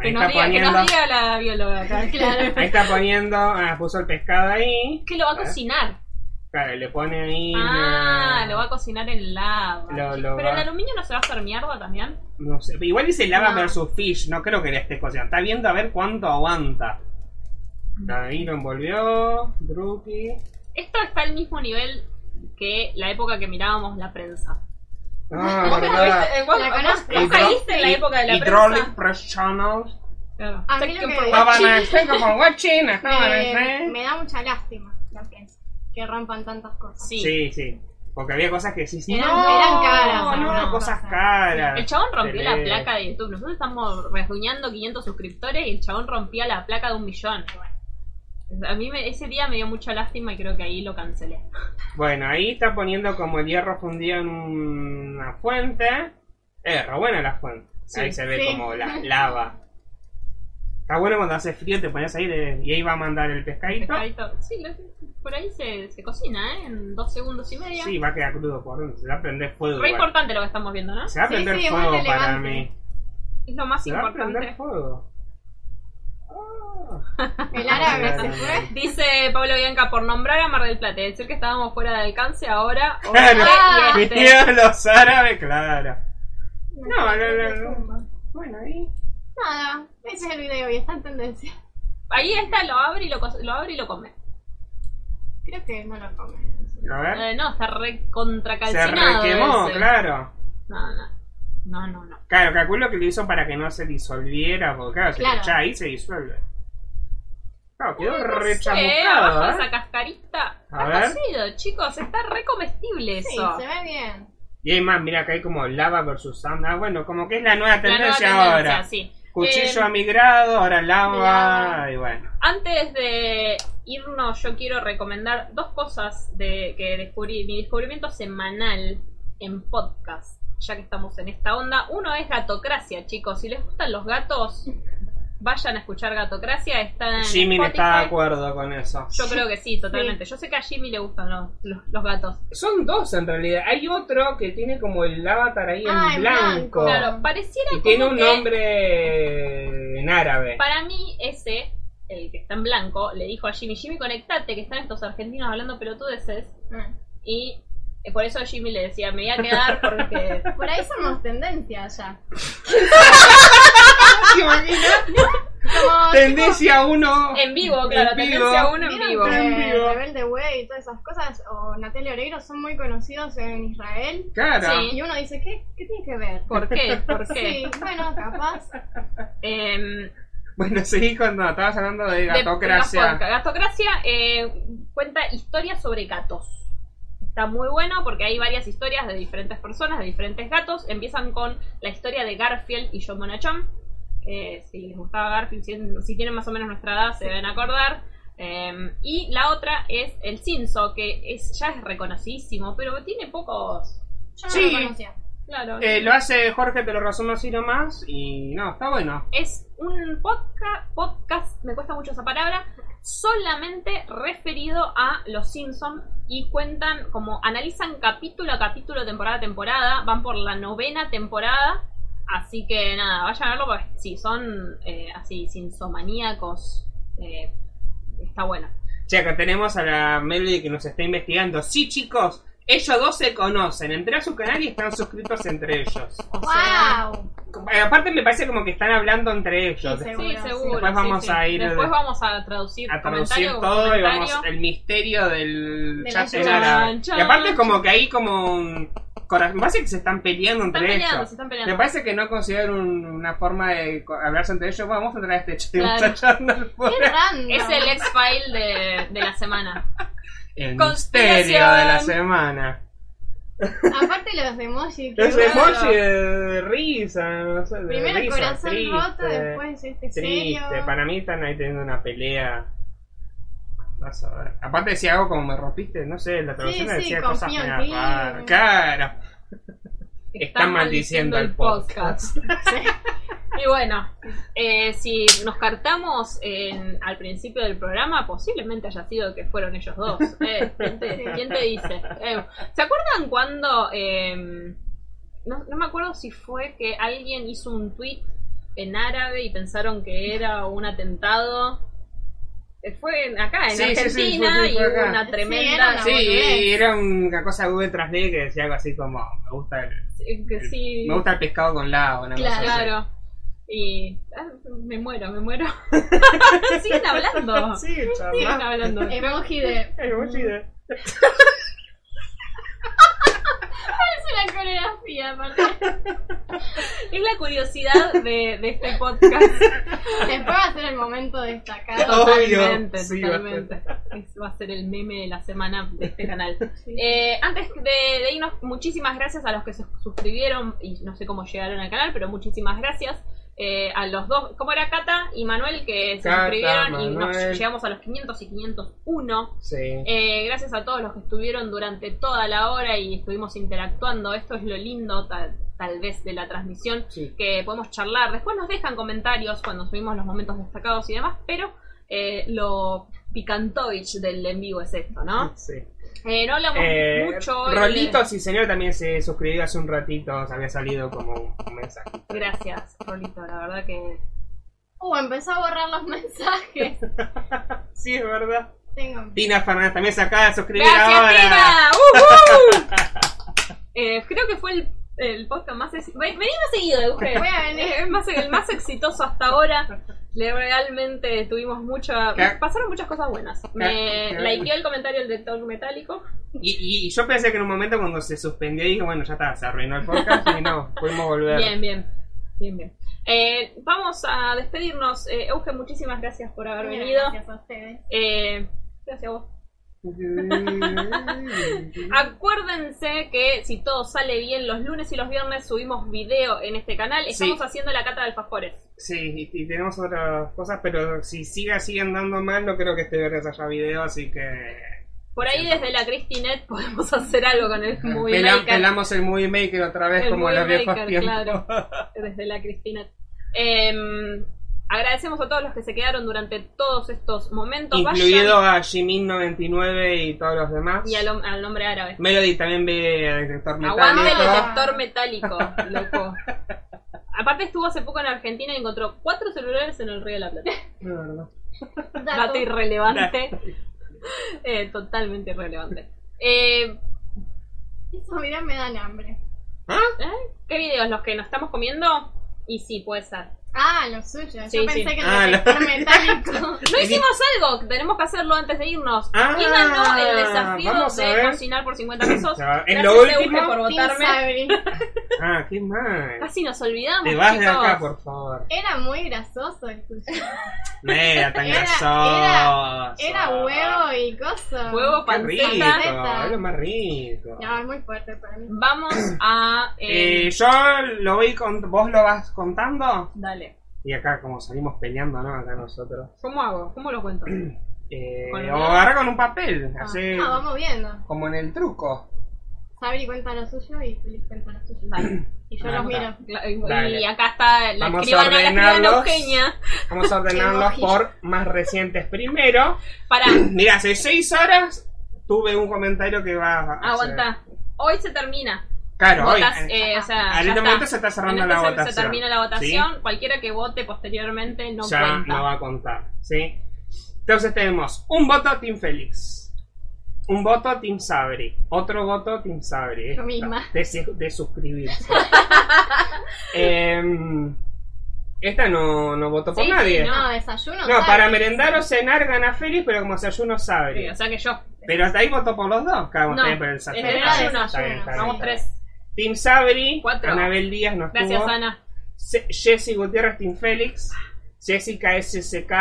Que nos, está diga, que nos poniendo, diga la bióloga acá. Claro. ahí está poniendo, ah, puso el pescado ahí. Que lo va a A ver. cocinar. Claro, le pone ahí. Ah, una- lo va a cocinar en lava. Lo- lo Pero va- el aluminio no se va a hacer mierda también. No sé, igual dice lava No. versus fish, no creo que la esté cocinando. Está viendo a ver cuánto aguanta. Ahí lo envolvió, Druki. Esto está al mismo nivel que la época que mirábamos la prensa. Ah, ¿Vos verdad. estuviste- eh, vos- La vos- conozco. vos Hidro- caíste en la época de la Hydraulic prensa? Professionals. Claro. A Thank mí lo you que- for Ah, watching. Havana, thank you for watching, Havana, Me, eh. me da mucha lástima la prensa. Que rompan tantas cosas. Sí. Sí, sí. Porque había cosas que sí, sí. Eran- no, eran caras, No, algunas cosas cosas. caras. El chabón rompió la Tele- placa de YouTube. Nosotros estamos rasguñando 500 suscriptores y el chabón rompía la placa de un millón. A mí me- ese día me dio mucha lástima y creo que ahí lo cancelé. Bueno, ahí está poniendo como el hierro fundido en una fuente. Es re buena la fuente. ahí se ve sí. como la lava. Está bueno cuando hace frío, te pones ahí de- y ahí va a mandar el pescadito. Pescadito. Sí, lo- por ahí se, se cocina, ¿eh? En dos segundos y media. Sí, va a quedar crudo por dentro. Se va a prender fuego. Re igual. importante lo que estamos viendo, ¿no? Se va a Sí, prender sí, es muy fuego para relevante. mí. Es lo más Se va a prender importante. fuego. Ah. El árabe se fue. Dice Pablo Bianca, por nombrar a Mar del Plata, y decir que estábamos fuera de alcance ahora. o Claro, este y este. vistieron los árabes, claro. No, no, no, no. Bueno, ahí. Nada, ese es el video y está en tendencia. Ahí está, lo abre y lo, co- lo abre y lo come. Creo que no lo comen. A ver. Eh, no, está re Se contracalcinado. requemó, ese. claro. No, no. No, no, no. Claro, calculo que lo hizo para que no se disolviera, porque claro, si Claro. lo echa ahí se disuelve. Claro, quedó No re sé, chamuscado, abajo ¿eh? esa cascarita. A Está ver. cocido, chicos. Está re comestible Sí, eso. se ve bien. Y hay más, mira, acá hay como lava versus sanda. Bueno, como que es la nueva La nueva tendencia, tendencia, ahora. sí. Cuchillo Eh, a mi grado, ahora lava, lava. y bueno. Antes de irnos, yo quiero recomendar dos cosas de que descubrí, mi descubrimiento semanal en podcast, ya que estamos en esta onda. Uno es Gatocracia, chicos. Si les gustan los gatos, vayan a escuchar Gatocracia. Está Ah, en Jimmy no está de Spotify. acuerdo con eso. Yo creo que sí, totalmente. Yo sé que a Jimmy le gustan los, los, los gatos. Son dos en realidad. Hay otro que tiene como el avatar ahí Ah, en en blanco. blanco. Claro, pareciera Y tiene como un que nombre en árabe. para mí ese, el que está en blanco, le dijo a Jimmy, Jimmy, conectate, que están estos argentinos hablando pelotudeces. Y eh, por eso Jimmy le decía, me voy a quedar porque... Por ahí somos tendencia ya. ¿Te imaginas? Como Tendencia 1. En vivo, claro, En vivo. tendencia uno en ¿Vieron vivo. que En vivo. Rebelde Way y todas esas cosas, o Natalia Oreiro, son muy conocidos en Israel. Claro. Sí. Y uno dice, ¿qué, ¿Qué tiene que ver? ¿Por qué? ¿Por qué? Sí, bueno, capaz. Em, Bueno, seguí cuando estabas hablando de de- de los gatocracia. podcasts. Gatocracia eh, cuenta historias sobre gatos. Está muy bueno porque hay varias historias de diferentes personas, de diferentes gatos. Empiezan con la historia de Garfield y John Bonachón. Eh, si les gustaba Garfield, si, si tienen más o menos nuestra edad, se deben acordar. Eh, y la otra es el Cinzo, que es, ya es reconocidísimo, pero tiene pocos. Yo no Sí. lo conocía. Claro. Eh, lo hace Jorge, te lo resumo así nomás. Y no, está bueno. es un podcast, podcast, me cuesta mucho esa palabra, solamente referido a los Simpsons y cuentan como analizan capítulo a capítulo, temporada a temporada, van por la novena temporada, así que nada, vayan a verlo porque si son eh, así Simpsomaníacos, eh, está bueno. Che, acá tenemos a la Melody que nos está investigando. Sí, chicos, ellos dos se conocen. Entré a su canal y están suscritos entre ellos. O sea, ¡Wow! eh, aparte me parece como que están hablando entre ellos. Sí, Sí, Seguro, seguro. Después sí, vamos sí. a ir Después de- vamos a traducir, a traducir comentario con todo y comentario. vamos el misterio del De la chat en lluvia. árabe. Chan, Y aparte es como chan. que hay como un corazón. Me parece que se están peleando Están entre peleando, ellos. se están Me peleando. parece que no consideran un- una forma de co- hablarse entre ellos. Bueno, vamos a traer este chat Claro. está echando al pobre. Qué random. Es el X-File de, de la semana. El Conspiración. misterio de la semana. e- Aparte los emojis. que Es bueno. emoji de risa, no sé, de Primero el risa, corazón triste, roto, después este triste. serio. Para mí están ahí teniendo una pelea. Vas a ver. Aparte decía algo como me rompiste, no sé, la traducción sí, decía confío cosas en medio ti. raras. Claro. Están, maldiciendo el podcast. y bueno, eh, si nos cartamos en- al principio del programa, posiblemente haya sido que fueron ellos dos. Eh, ¿quién, te, quién te dice? Eh, ¿Se acuerdan cuando... em, no, no me acuerdo si fue que alguien hizo un tweet en árabe y pensaron que era un atentado. Eh, Fue en- acá, en Sí, sí, sí, Argentina, fue- fue- fue y hubo acá. una Sí, tremenda... era Sí, boludez. y era una cosa Google Translate que decía algo así como me gusta el, eh, que sí. me gusta el pescado con lao, una cosa Claro. así. Y ah, me muero, me muero. Siguen hablando. Sí, Siguen charla. hablando. Emoji de. Emoji de- Es la coreografía, aparte. Es la curiosidad de, de este podcast. Después va a ser el momento destacado. Obvio, Totalmente, sí, va a ser. totalmente. Es- Va a ser el meme de la semana de este canal. Sí. Eh, antes de, de irnos, muchísimas gracias a los que se suscribieron y no sé cómo llegaron al canal, pero muchísimas gracias eh, a los dos, como era Cata y Manuel, que se Cata, suscribieron y Manuel. nos llegamos a los 500 y 501. Sí. Eh, gracias a todos los que estuvieron durante toda la hora y estuvimos interactuando. Esto es lo lindo, tal, tal vez, de la transmisión, Sí. que podemos charlar. Después nos dejan comentarios cuando subimos los momentos destacados y demás, pero eh, lo picantovich del en vivo es esto, ¿no? Sí. Eh, no hablamos Eh, mucho hoy. Rolito, sí señor, también se suscribió hace un ratito, se había salido como un- un mensaje. de- Gracias, Rolito, la verdad que. Uh, empezó a borrar los mensajes. Sí, es verdad. Tengo. Tina Fernández también se acaba de suscribir ¡Gracias, ahora. Tina! ¡Uhú! Eh, creo que fue el, el podcast más. ex- Ven- Vení más seguido, Eugenio. Voy a venir. Es más, el más exitoso hasta ahora. Le realmente tuvimos mucha. ¿Qué? Pasaron muchas cosas buenas. ¿Qué? Me likeó el comentario del detector metálico. Y, y- y yo pensé que en un momento cuando se suspendió dije, bueno, ya está, se arruinó el podcast y no, pudimos volver. Bien, bien. Bien, bien. Eh, vamos a despedirnos. Eh, Euge, muchísimas gracias por haber venido. Gracias a ustedes. Eh, gracias a vos. Acuérdense que si todo sale bien, los lunes y los viernes subimos video en este canal. Sí. Estamos haciendo la cata de alfajores. Sí, y, y tenemos otras cosas, pero si siga siguen dando mal, no creo que este viernes haya video, así que... Por ahí Siempre. desde la Cristinet podemos hacer algo con el movie Pela- maker. pelamos el Movie Maker otra vez El como en los Movie viejos Maker, tiempos. claro. desde la Cristina. Em, agradecemos a todos los que se quedaron durante todos estos momentos. Incluido Vayan- a Jimin99 y todos los demás. y Ah, al, hom- al nombre árabe. Melody también ve al detector Aguante el metálico. detector metálico, loco. Aparte estuvo hace poco en Argentina y encontró cuatro celulares en el Río de la Plata. No, no, no. Dato Dato. irrelevante. Eh, totalmente irrelevante. Eh, Esos videos me dan hambre. ¿Qué videos los que nos estamos comiendo? Y sí, puede ser. Ah, los suyos. Sí, Yo sí. pensé que el Ah, detector metálico. No hicimos algo, tenemos que hacerlo antes de irnos. Ah, y ganó el desafío vamos a de ver. cocinar por 50 pesos. Ya, ¿es Gracias, lo Euge, último? por Team votarme. Sabri. Ah, qué mal. Casi nos olvidamos. Te vas de chicos. acá, por favor. Era muy grasoso el suyo. No era tan Era- grasoso. Era huevo y coso. Huevo, Qué rico, panceta. eh, panceta. es lo más rico. No, es muy fuerte para Ah. mí. Vamos a. eh, Eh, yo lo voy con... ¿Vos lo vas contando? Dale. Y acá como salimos peleando, ¿no? Acá nosotros. ¿Cómo hago? ¿Cómo lo cuento? Eh, Con- o agarra con un papel, Ah. así No, vamos viendo. como en el truco. Sabri cuenta lo suyo y Feliz cuenta lo suyo. Dale. Y yo Ah, los está. miro. Cla- y- Dale. eh, Y acá está la Vamos a escribana, la escribana ordenarlos. Eugenia. Vamos a ordenarlos Qué por más recientes primero. Para, Mira, hace seis horas tuve un comentario que va a... aguanta. Hoy se termina. Claro, hoy. Votas, eh, o sea, Al ya este está. momento se está En cerrando este la se- votación. Se termina la ¿sí? votación. Cualquiera que vote posteriormente no ya cuenta. no va a contar, ¿sí? Entonces tenemos un voto Team Félix, un voto Team Sabri, otro voto Team Sabri. Yo misma. De, de suscribirse. Em, esta no, no votó por Sí, sí, nadie. no. No, desayuno. No, sabe. para merendar o cenar gana Félix, pero como desayuno Sí, o sabe. sea que yo. Pero hasta ahí votó por los dos, cada uno No, tiene por el en desayuno. general Está bien, uno, está bien, está bien, Vamos está bien. tres. Team Sabri, Cuatro. Anabel Díaz no estuvo. Gracias, Ana. Se- Jessy Gutiérrez, Team Félix. Jessica SSK,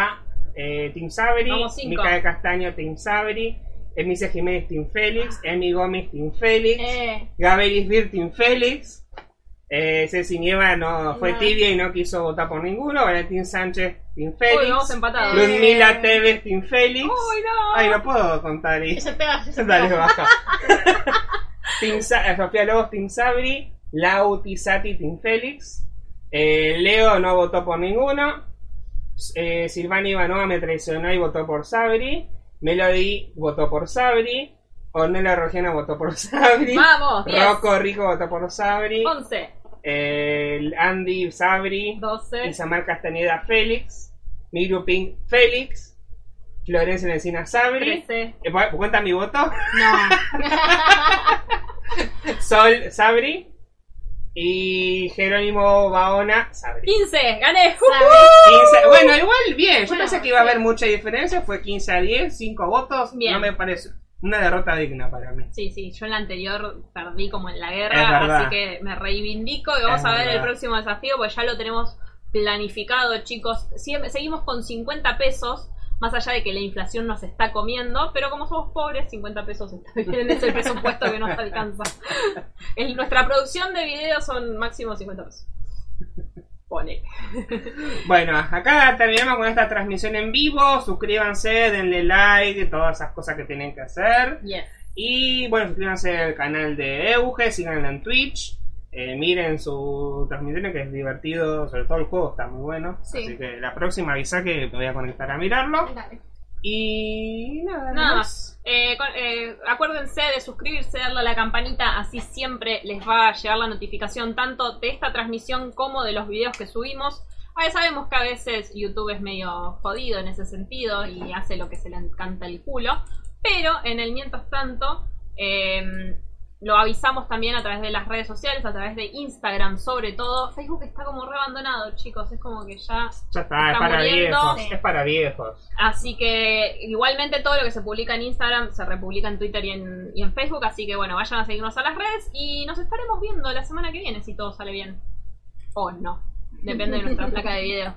eh, Team Sabri. Vamos, cinco. Micael Castaño, Team Sabri. Emilia Jiménez, Team Félix. Emi Gómez, Team Félix. Eh, Gabelis Vir, Team Félix. Eh, Ceci Nieva no, fue No. tibia y no quiso votar por ninguno. Valentín Sánchez, Team Félix. Uy, vamos empatados. Eh. Ludmila Tevez, Team Félix. Uy, no. Ay, no puedo contar y ya te vas, ya te Dale, vas. baja. Team Sa- eh, Sofía Lobos, Team Sabri. Lau Tizati, Team Félix. Eh, Leo no votó por ninguno. S- Eh, Silvana Ivanova me traicionó y votó por Sabri. Melody votó por Sabri. Ornella Rogiana votó por Sabri. Vamos, Oh. diez. Rocco Rico votó por Sabri. 11, Eh, Andy Sabri. 12, Isamar Castañeda Félix. Miru Pink Félix. Florencia Encina Sabri. 13. Eh, ¿cu- ¿Cuenta mi voto? No. Sol Sabri y Jerónimo Baona Sabri. 15, gané. Quince- bueno, igual bien. Yo Bueno, pensé que iba a haber sí. mucha diferencia. Fue 15 a 10, 5 votos. Bien. No me parece una derrota digna para mí. Sí, sí, yo en la anterior perdí como en la Es guerra, verdad. así que me reivindico y vamos Es a ver el verdad. próximo desafío, pues ya lo tenemos planificado, chicos. Siempre, seguimos con 50 pesos, más allá de que la inflación nos está comiendo, pero como somos pobres, 50 pesos está bien, es el presupuesto que nos alcanza. En nuestra producción de videos son máximo 50 pesos. Pone. Bueno, acá terminamos con esta transmisión en vivo. Suscríbanse, denle like, todas esas cosas que tienen que hacer. Yes. Y bueno, suscríbanse al canal de Euge, síganla en Twitch. eh, miren su transmisión que es divertido, sobre todo el juego está muy bueno. Sí. Así que la próxima avisa que me voy a conectar a mirarlo. Dale. Y nada, Nada más. Eh, con- eh, acuérdense de suscribirse, darle a la campanita, así siempre les va a llegar la notificación tanto de esta transmisión como de los videos que subimos. Ah, ya sabemos que a veces YouTube es medio jodido en ese sentido y hace lo que se le encanta el culo, pero en el mientras tanto eh, lo avisamos también a través de las redes sociales, a través de Instagram sobre todo. Facebook está como re abandonado, chicos, es como que ya Ya está, es Está para muriendo. viejos. Sí. Es para viejos. Así que igualmente todo lo que se publica en Instagram se republica en Twitter y en, y en Facebook. Así que bueno, vayan a seguirnos a las redes y nos estaremos viendo la semana que viene si todo sale bien. O no. Depende de nuestra placa de video.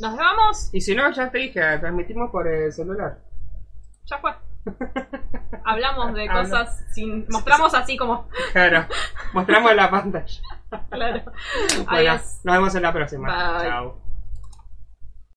Nos vamos. Y si no, ya te dije, transmitimos por el celular. Ya fue. Hablamos de Ah, no. cosas sin. Mostramos así como. Claro, mostramos la pantalla. Claro. Bueno, Adiós. nos vemos en la próxima. Bye. Chao.